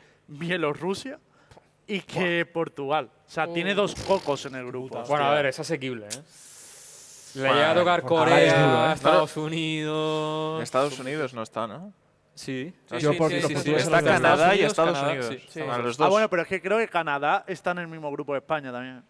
Bielorrusia y que Portugal. O sea, tiene dos cocos en el grupo. Bueno, a ver, es asequible, ¿eh? Le Bueno, llega a tocar Portugal es Corea, duro, ¿eh? Estados Unidos. Estados Unidos no está, ¿no? Sí. Sí, Yo sí, por- sí, los sí, sí. portugueses Está Estados Canadá y Unidos, Estados Canadá, Unidos. sí, sí. Están los Ah, dos. bueno, pero es que creo que Canadá está en el mismo grupo de España también.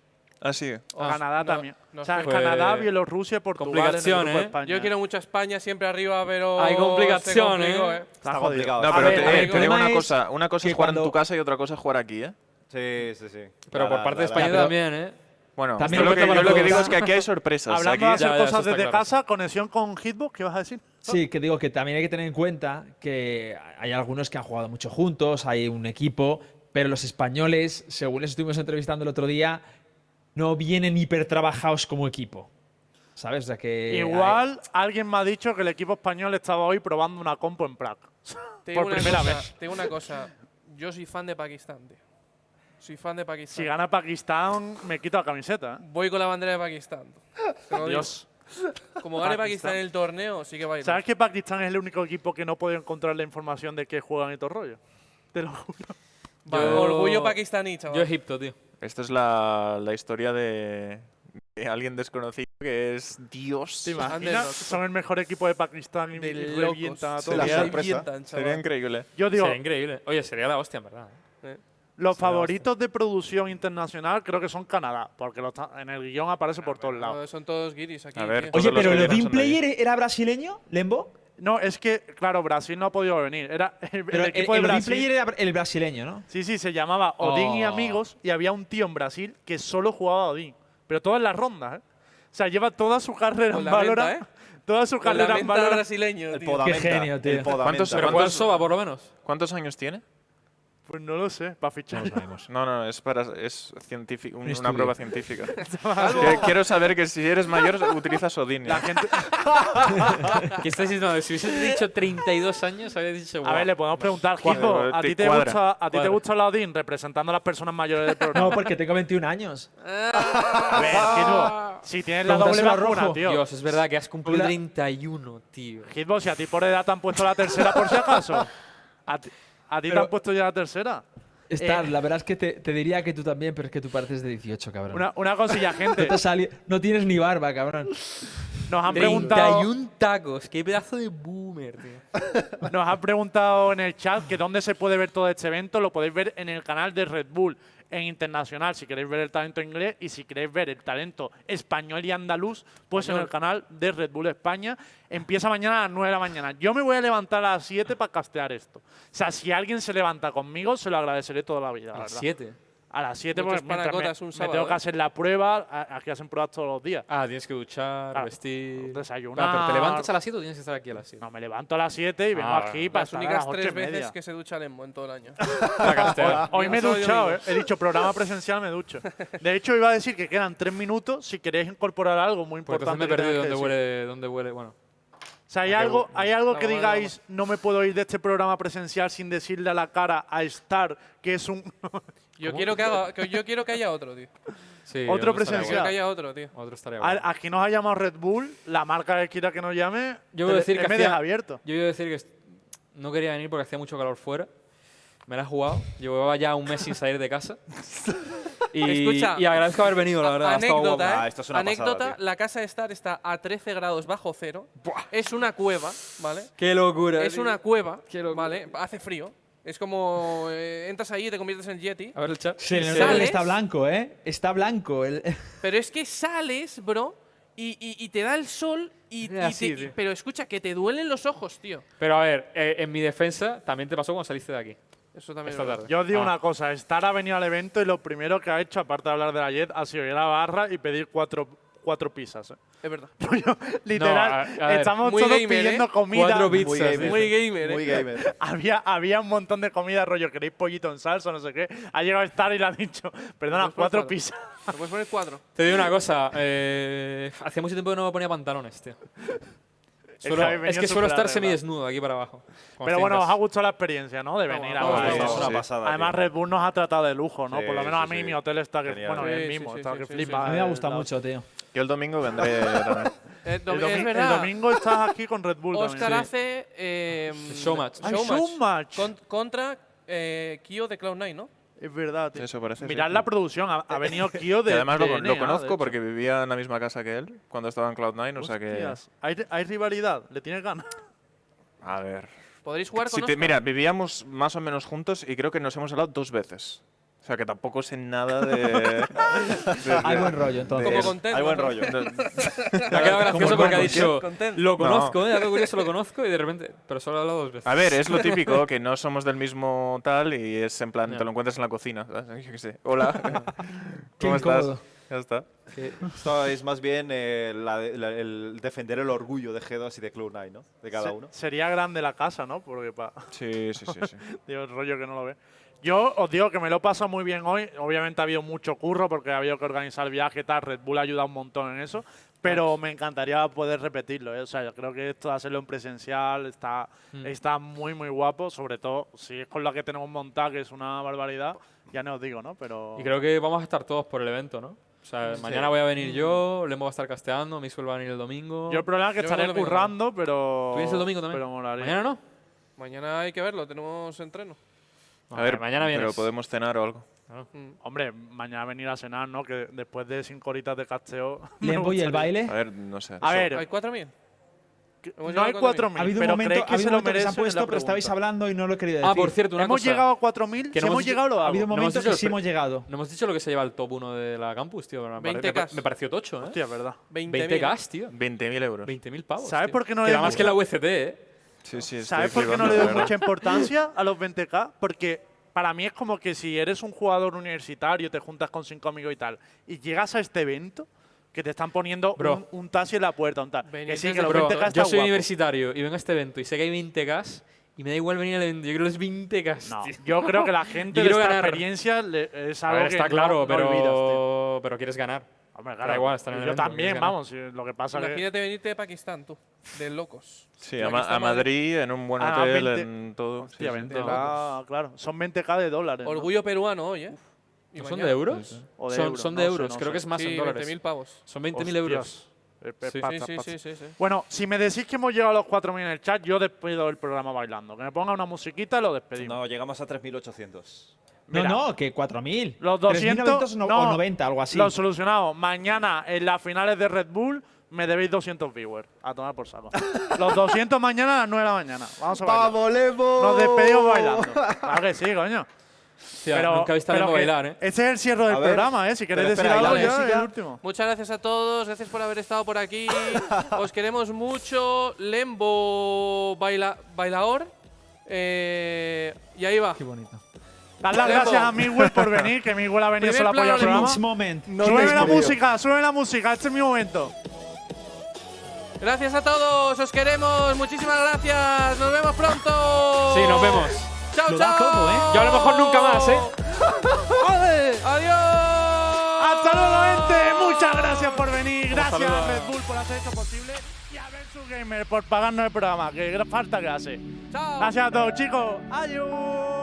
Ah, sí. Ah, Canadá no, también. no o sea, sé. Pues- Canadá, Bielorrusia y Portugal en el grupo de Complicaciones, ¿eh? España. Yo quiero mucho a España siempre arriba, pero. Hay se complicaciones. complicó, ¿eh? Está Está complicado. jodido. No, A pero ver, te, a ver, eh, el te digo problema una es cosa. Una cosa es que jugar en cuando- tu casa y otra cosa es jugar aquí, ¿eh? Sí, sí, sí. Pero La- por la- parte de la- España pero- también, ¿eh? Bueno, También yo lo, que, cuenta yo para lo que todo. digo es que aquí hay sorpresas. Hablando de aquí, hacer Pues Ya, ya, eso cosas está desde claro. casa, conexión con Hitbox, ¿qué vas a decir? Sí, que digo que también hay que tener en cuenta que hay algunos que han jugado mucho juntos, hay un equipo, pero los españoles, según les estuvimos entrevistando el otro día, no vienen hiper trabajados como equipo. ¿Sabes? O sea que. Igual alguien me ha dicho que el equipo español estaba hoy probando una compo en Prague. Te digo Por una primera cosa, vez. Te digo una cosa. Yo soy fan de Pakistán, tío. Soy fan de Si Pakistán. gana Pakistán, me quito la camiseta. ¿eh? Voy con la bandera de Pakistán. Te lo digo. Dios. Como gane Pakistán. Pakistán en el torneo, sí que bailo. ¿Sabes que Pakistán es el único equipo que no puede encontrar la información de que juegan y todo el rollo? Te lo juro. Va, Yo- Orgullo pakistaní, chaval. Yo Egipto, tío. Esta es la, la historia de, de alguien desconocido que es Dios. ¿Te Anderson. imaginas? Son el mejor equipo de Pakistán y, de y locos. revientan a Se todo. la la sorpresa. revientan, Sería chaval. increíble. Yo digo, Sería increíble. Oye, sería la hostia, en verdad. ¿eh? los favoritos de producción internacional creo que son Canadá, porque lo está- en el guión aparece por todos lados. No, son todos guiris aquí. A ver, tío. todos Oye, los pero que ¿lo llegan de son de allí. player era brasileño, Lembo? No, es que, claro, Brasil no ha podido venir. Era el, Pero el el, equipo el de Odin Brasil. player era el brasileño, ¿no? Sí, sí, se llamaba Odín y Oh. Amigos y había un tío en Brasil que solo jugaba a Odín, pero todas las rondas, ¿eh? O sea, lleva toda su carrera Con en la venta, ¿eh? Valorant, toda su Con la carrera en venta Valorant. brasileño, El tío. podamenta. genio, tío. El podamenta. ¿Cuántos- Pero ¿cuántos- ¿cuánto soba, por lo menos? ¿Cuántos años tiene? Pues no lo sé, para fichar. No, no, es para es científico, un- una estudio. prueba científica. Que- Quiero saber que si eres mayor utilizas Odin. La gente- ¿Qué estás diciendo? Si hubieses dicho 32 años, habrías dicho. a "Guau". ver, le podemos preguntar, Cuadra, Hijo, eh, ¿a te ti te cuadra, gusta, a ti te cuadra. gusta la Odín representando a las personas mayores del programa? No, porque tengo 21 años. a ver, Hitbox, si tienes la doble Pregúntaselo a vacuna, Rojo. tío. Dios, es verdad que has cumplido Hola. 31, tío. Hitbox, si a ti por edad te han puesto la tercera por si acaso. A ti, a ti te Pero- han puesto ya la tercera. Star, Eh. la verdad es que te, te diría que tú también, pero es que tú pareces de 18, cabrón. Una, una cosilla, gente. No, te sali- no tienes ni barba, cabrón. Nos han preguntado. 31 tacos. Qué pedazo de boomer, tío. Nos han preguntado en el chat que dónde se puede ver todo este evento. Lo podéis ver en el canal de Red Bull en internacional si queréis ver el talento inglés y si queréis ver el talento español y andaluz, pues en el canal de Red Bull España. Empieza mañana a las 9 de la mañana. Yo me voy a levantar a las 7 para castear esto. O sea, si alguien se levanta conmigo, se lo agradeceré toda la vida. la A las verdad. 7. A las 7 Muchos porque mientras me, panacotas un me sábado, tengo que ¿eh? hacer la prueba. a- Aquí hacen pruebas todos los días. Ah, tienes que duchar, Claro, vestir. desayunar. Ah, pero te levantas a las 7 o tienes que estar aquí a las 7. No, me levanto a las 7 y vengo Ah, aquí para Las estar a las únicas 8 y tres media. veces que se ducha Lembo en todo el año. Hoy me he Solo yo duchado, digo. ¿eh? he dicho programa presencial, me ducho. De hecho, iba a decir que quedan tres minutos si queréis incorporar algo muy Pues entonces importante. me he que perdido tengáis que dónde decir. huele, dónde huele. Bueno, O sea, hay ¿A qué algo, huele? hay algo No, que vale, digáis, no me puedo ir de este programa presencial sin decirle a la cara a Star que es un. Yo quiero que, haga, que- yo quiero que haya otro, tío. sí. estaría Otro Yo quiero presencial. que haya otro, tío. bueno. Otro estaría bueno. A- Aquí nos ha llamado Red Bull, la marca que quiera que nos llame. Yo voy a decir que me hacía- deja abierto. Yo iba a decir que est- no quería venir porque hacía mucho calor fuera. Me la he jugado. Llevaba ya un mes sin salir de casa. Y, Escucha, y agradezco haber venido, la verdad. ha estado guapo. Anécdota, ¿eh? Ah, esto es una Anécdota, pasada, tío. la casa de Star está a 13 grados bajo cero. Es una cueva, ¿vale? Qué locura. Es tío. una cueva, Qué locura. ¿vale? Hace frío. Es como eh, entras ahí y te conviertes en Yeti. A ver el chat. Se le ¿Sales? nota que está blanco, ¿eh? Está blanco. El... Pero es que sales, bro, y, y- y te da el sol y, Ya, y te- sí, y- tío. pero escucha que te duelen los ojos, tío. Pero a ver, eh, en mi defensa, también te pasó cuando saliste de aquí. Eso también. Esta es verdad. tarde. Yo os digo Ah. una cosa, Star ha venido al evento y lo primero que ha hecho, aparte de hablar de la Jet, ha sido ir a la barra y pedir cuatro cuatro pizzas. ¿eh? Es verdad. Rollo, Literal, a- a ver, estamos muy todos gamer, ¿eh? pidiendo comida. Cuatro Muy pizzas, gamer. Muy gamer, ¿eh? Muy gamer. Había, había un montón de comida, rollo, ¿queréis pollito en salsa? No sé qué. Ha llegado Star y le ha dicho, perdona, Pues, pues, cuatro claro. pizzas. Te puedes poner cuatro. Te digo una cosa, eh, hacía mucho tiempo que no me ponía pantalones, tío. Suelo- habéis es venido que suelo súper estar arreglado. semidesnudo aquí para abajo. cuando Pero estoy en bueno, os casa. ha gustado la experiencia, ¿no? De venir no, a no, Es no, una eso. sí. pasada. Además, tío. Red Bull nos ha tratado de lujo, ¿no? Sí, Por lo menos a sí, mí sí. mi hotel está que, Genial. bueno, Sí, el sí, mismo, sí, está sí, que sí, flipa. sí. A mí me ha el- gustado Ah, la- mucho, tío. Yo el domingo vendré también. Eh, El, domi- domi- es el verdad. domingo estás aquí con Red Bull Oscar también. hace. Eh, Showmatch. Ay, showmatch showmatch. con- contra eh, Kyo de Cloud9, ¿no? Es verdad, tío. Eso parece. sí. Mirad la producción, ha, ha venido Kio Que de además lo, de lo NA, de conozco hecho. porque vivía en la misma casa que él cuando estaba en Cloud9, o sea que. Hostias, ¿Hay, hay rivalidad, le tienes ganas. A ver. Podréis jugar Si con. te- Oscar? mira, vivíamos más o menos juntos y creo que nos hemos hablado dos veces. O sea que tampoco sé nada de. de- Hay de- buen rollo, De- entonces. Como con Ted, Hay buen ¿no? rollo. Me ha quedado gracioso porque ha dicho, Content. lo conozco, ¿eh? Algo curioso, lo conozco, y de repente, pero solo he hablado dos veces. A ver, es lo típico, que no somos del mismo tal y es en plan, Ya. te lo encuentras en la cocina. ¿sabes? Yo qué sé. Hola. Qué ¿Cómo incómodo. estás? Ya está. Esto es más bien eh, la de- la- el defender el orgullo de G2 y de Cloud9, ¿no? De cada Se- uno. sería grande la casa, ¿no? Porque pa- Sí, sí, sí. sí. digo, el rollo que no lo ve. Yo os digo que me lo paso muy bien hoy. Obviamente ha habido mucho curro porque ha habido que organizar viaje y tal. Red Bull ha ayudado un montón en eso. Pero me encantaría poder repetirlo. ¿eh? O sea, yo creo que esto de hacerlo en presencial está, Mm. está muy, muy guapo. Sobre todo si es con la que tenemos montada, que es una barbaridad. Ya no os digo, ¿no? Pero. Y creo que vamos a estar todos por el evento, ¿no? O sea, mañana voy a venir yo, Lembo va a estar casteando, Mixwell va a venir el domingo. Yo el problema es que Yo estaré vengo el domingo. currando, pero. ¿Tú vienes el domingo también? Pero molaría. ¿Mañana no? Mañana hay que verlo, tenemos entreno. A ver, mañana vienes. pero podemos cenar o algo. Ah. Mm. Hombre, mañana venir a cenar, ¿no? Que después de cinco horitas de casteo. me Lembo y el gustaría- baile. A ver, no sé. A eso- ver, ¿Hay cuatro mil? que- hemos no hay llegado a 4.000. 4.000, Ha habido un pero momento, ¿creéis ha que habido se un lo momento que se merecen? han Es la puesto, pero estabais pregunta. hablando y no lo he querido decir. Ah, por cierto, una Hemos cosa. llegado a 4.000, Que no si hemos hemos dicho- llegado lo Ha hago. habido un No, momento eso que es sí hemos llegado. No hemos dicho lo que se lleva el top 1 de la campus, tío. Me, pare- 20K. me pareció tocho, ¿eh? Hostia, es verdad. 20.000. 20 gas, tío. 20.000 euros. 20.000 pavos. ¿Sabes tío. por qué no Que le da más damos- que la UCT, ¿eh? Sí, sí, estoy ¿Sabes por qué no flipando, le la doy verdad. mucha importancia a los 20K? Porque para mí es como que si eres un jugador universitario, te juntas con cinco amigos y tal, y llegas a este evento, que te están poniendo Bro. un, un taxi en la puerta, un tal. Que Venid sí, que desde los Bro, 20K está yo soy guapo. universitario y vengo a este evento y sé que hay 20 gas y me da igual venir al evento. Yo creo los 20 gas. No, tío. yo creo que la gente Yo de quiero esta ganar. experiencia le- es A algo ver, que está no- claro, no pero, olvidas, tío. pero quieres ganar. Hombre, Da igual, está en el yo evento, también, quieres ganar. vamos. eh, Lo que pasa que Imagínate venirte de Pakistán, tú. De locos. Sí, Aquí a, Ma- está a Madrid, en un buen Ah, hotel, 20. en todo. Sí, Hostia, sí. 20K, ah, claro, son 20k de dólares. ¿no? pues, Orgullo peruano hoy, ¿eh? Y ¿No ¿Son mañana. de euros? O de son, euros, son no de sé, euros, no creo sé. que es más sí, en dólares. 20.000 pavos. Son 20.000 Hostias. euros. Eh, eh, Sí, Sí, pasta, sí, pasta. sí, sí, sí. Bueno, si me decís que hemos llegado a los 4.000 en el chat, yo despido el programa bailando. Que me ponga una musiquita y lo despedimos. No, llegamos a 3.800. No, Mira. no, que 4.000. Los 200 3.990 no, o 90, algo así. Lo solucionado. Mañana en las finales de Red Bull me debéis 200 viewers. A tomar por saco. los 200 mañana a las 9 de la mañana. Vamos a bailar. Levo! Nos despedimos bailando. Claro que sí, coño. Hostia, nunca he visto a pero Lembo que bailar, ¿eh? Ese es el cierre del A ver, programa, ¿eh? Si queréis pero decir espera, ¿y la algo, ya música? el último. Muchas gracias a todos, gracias por haber estado por aquí. Os queremos mucho. Lembo baila, bailador. Eh, y ahí va. Qué bonito. Dar las Lembo. gracias a Miguel por venir, que Miguel ha venido Primer solo a apoyar el plano de programa. This moment. sube la creo. música, sube la música, este es mi momento. Gracias a todos, os queremos. Muchísimas gracias. Nos vemos pronto. Sí, nos vemos. Chao, Lo da chao. todo, ¿eh? Yo a lo mejor nunca más, ¿eh? Vale, Adiós. Hasta luego, gente. Muchas gracias por venir. Gracias saludo. a Red Bull por hacer esto posible y a Versus Gamer por pagarnos el programa, que gra- falta que hace. Chao. Gracias a todos, chicos. Adiós.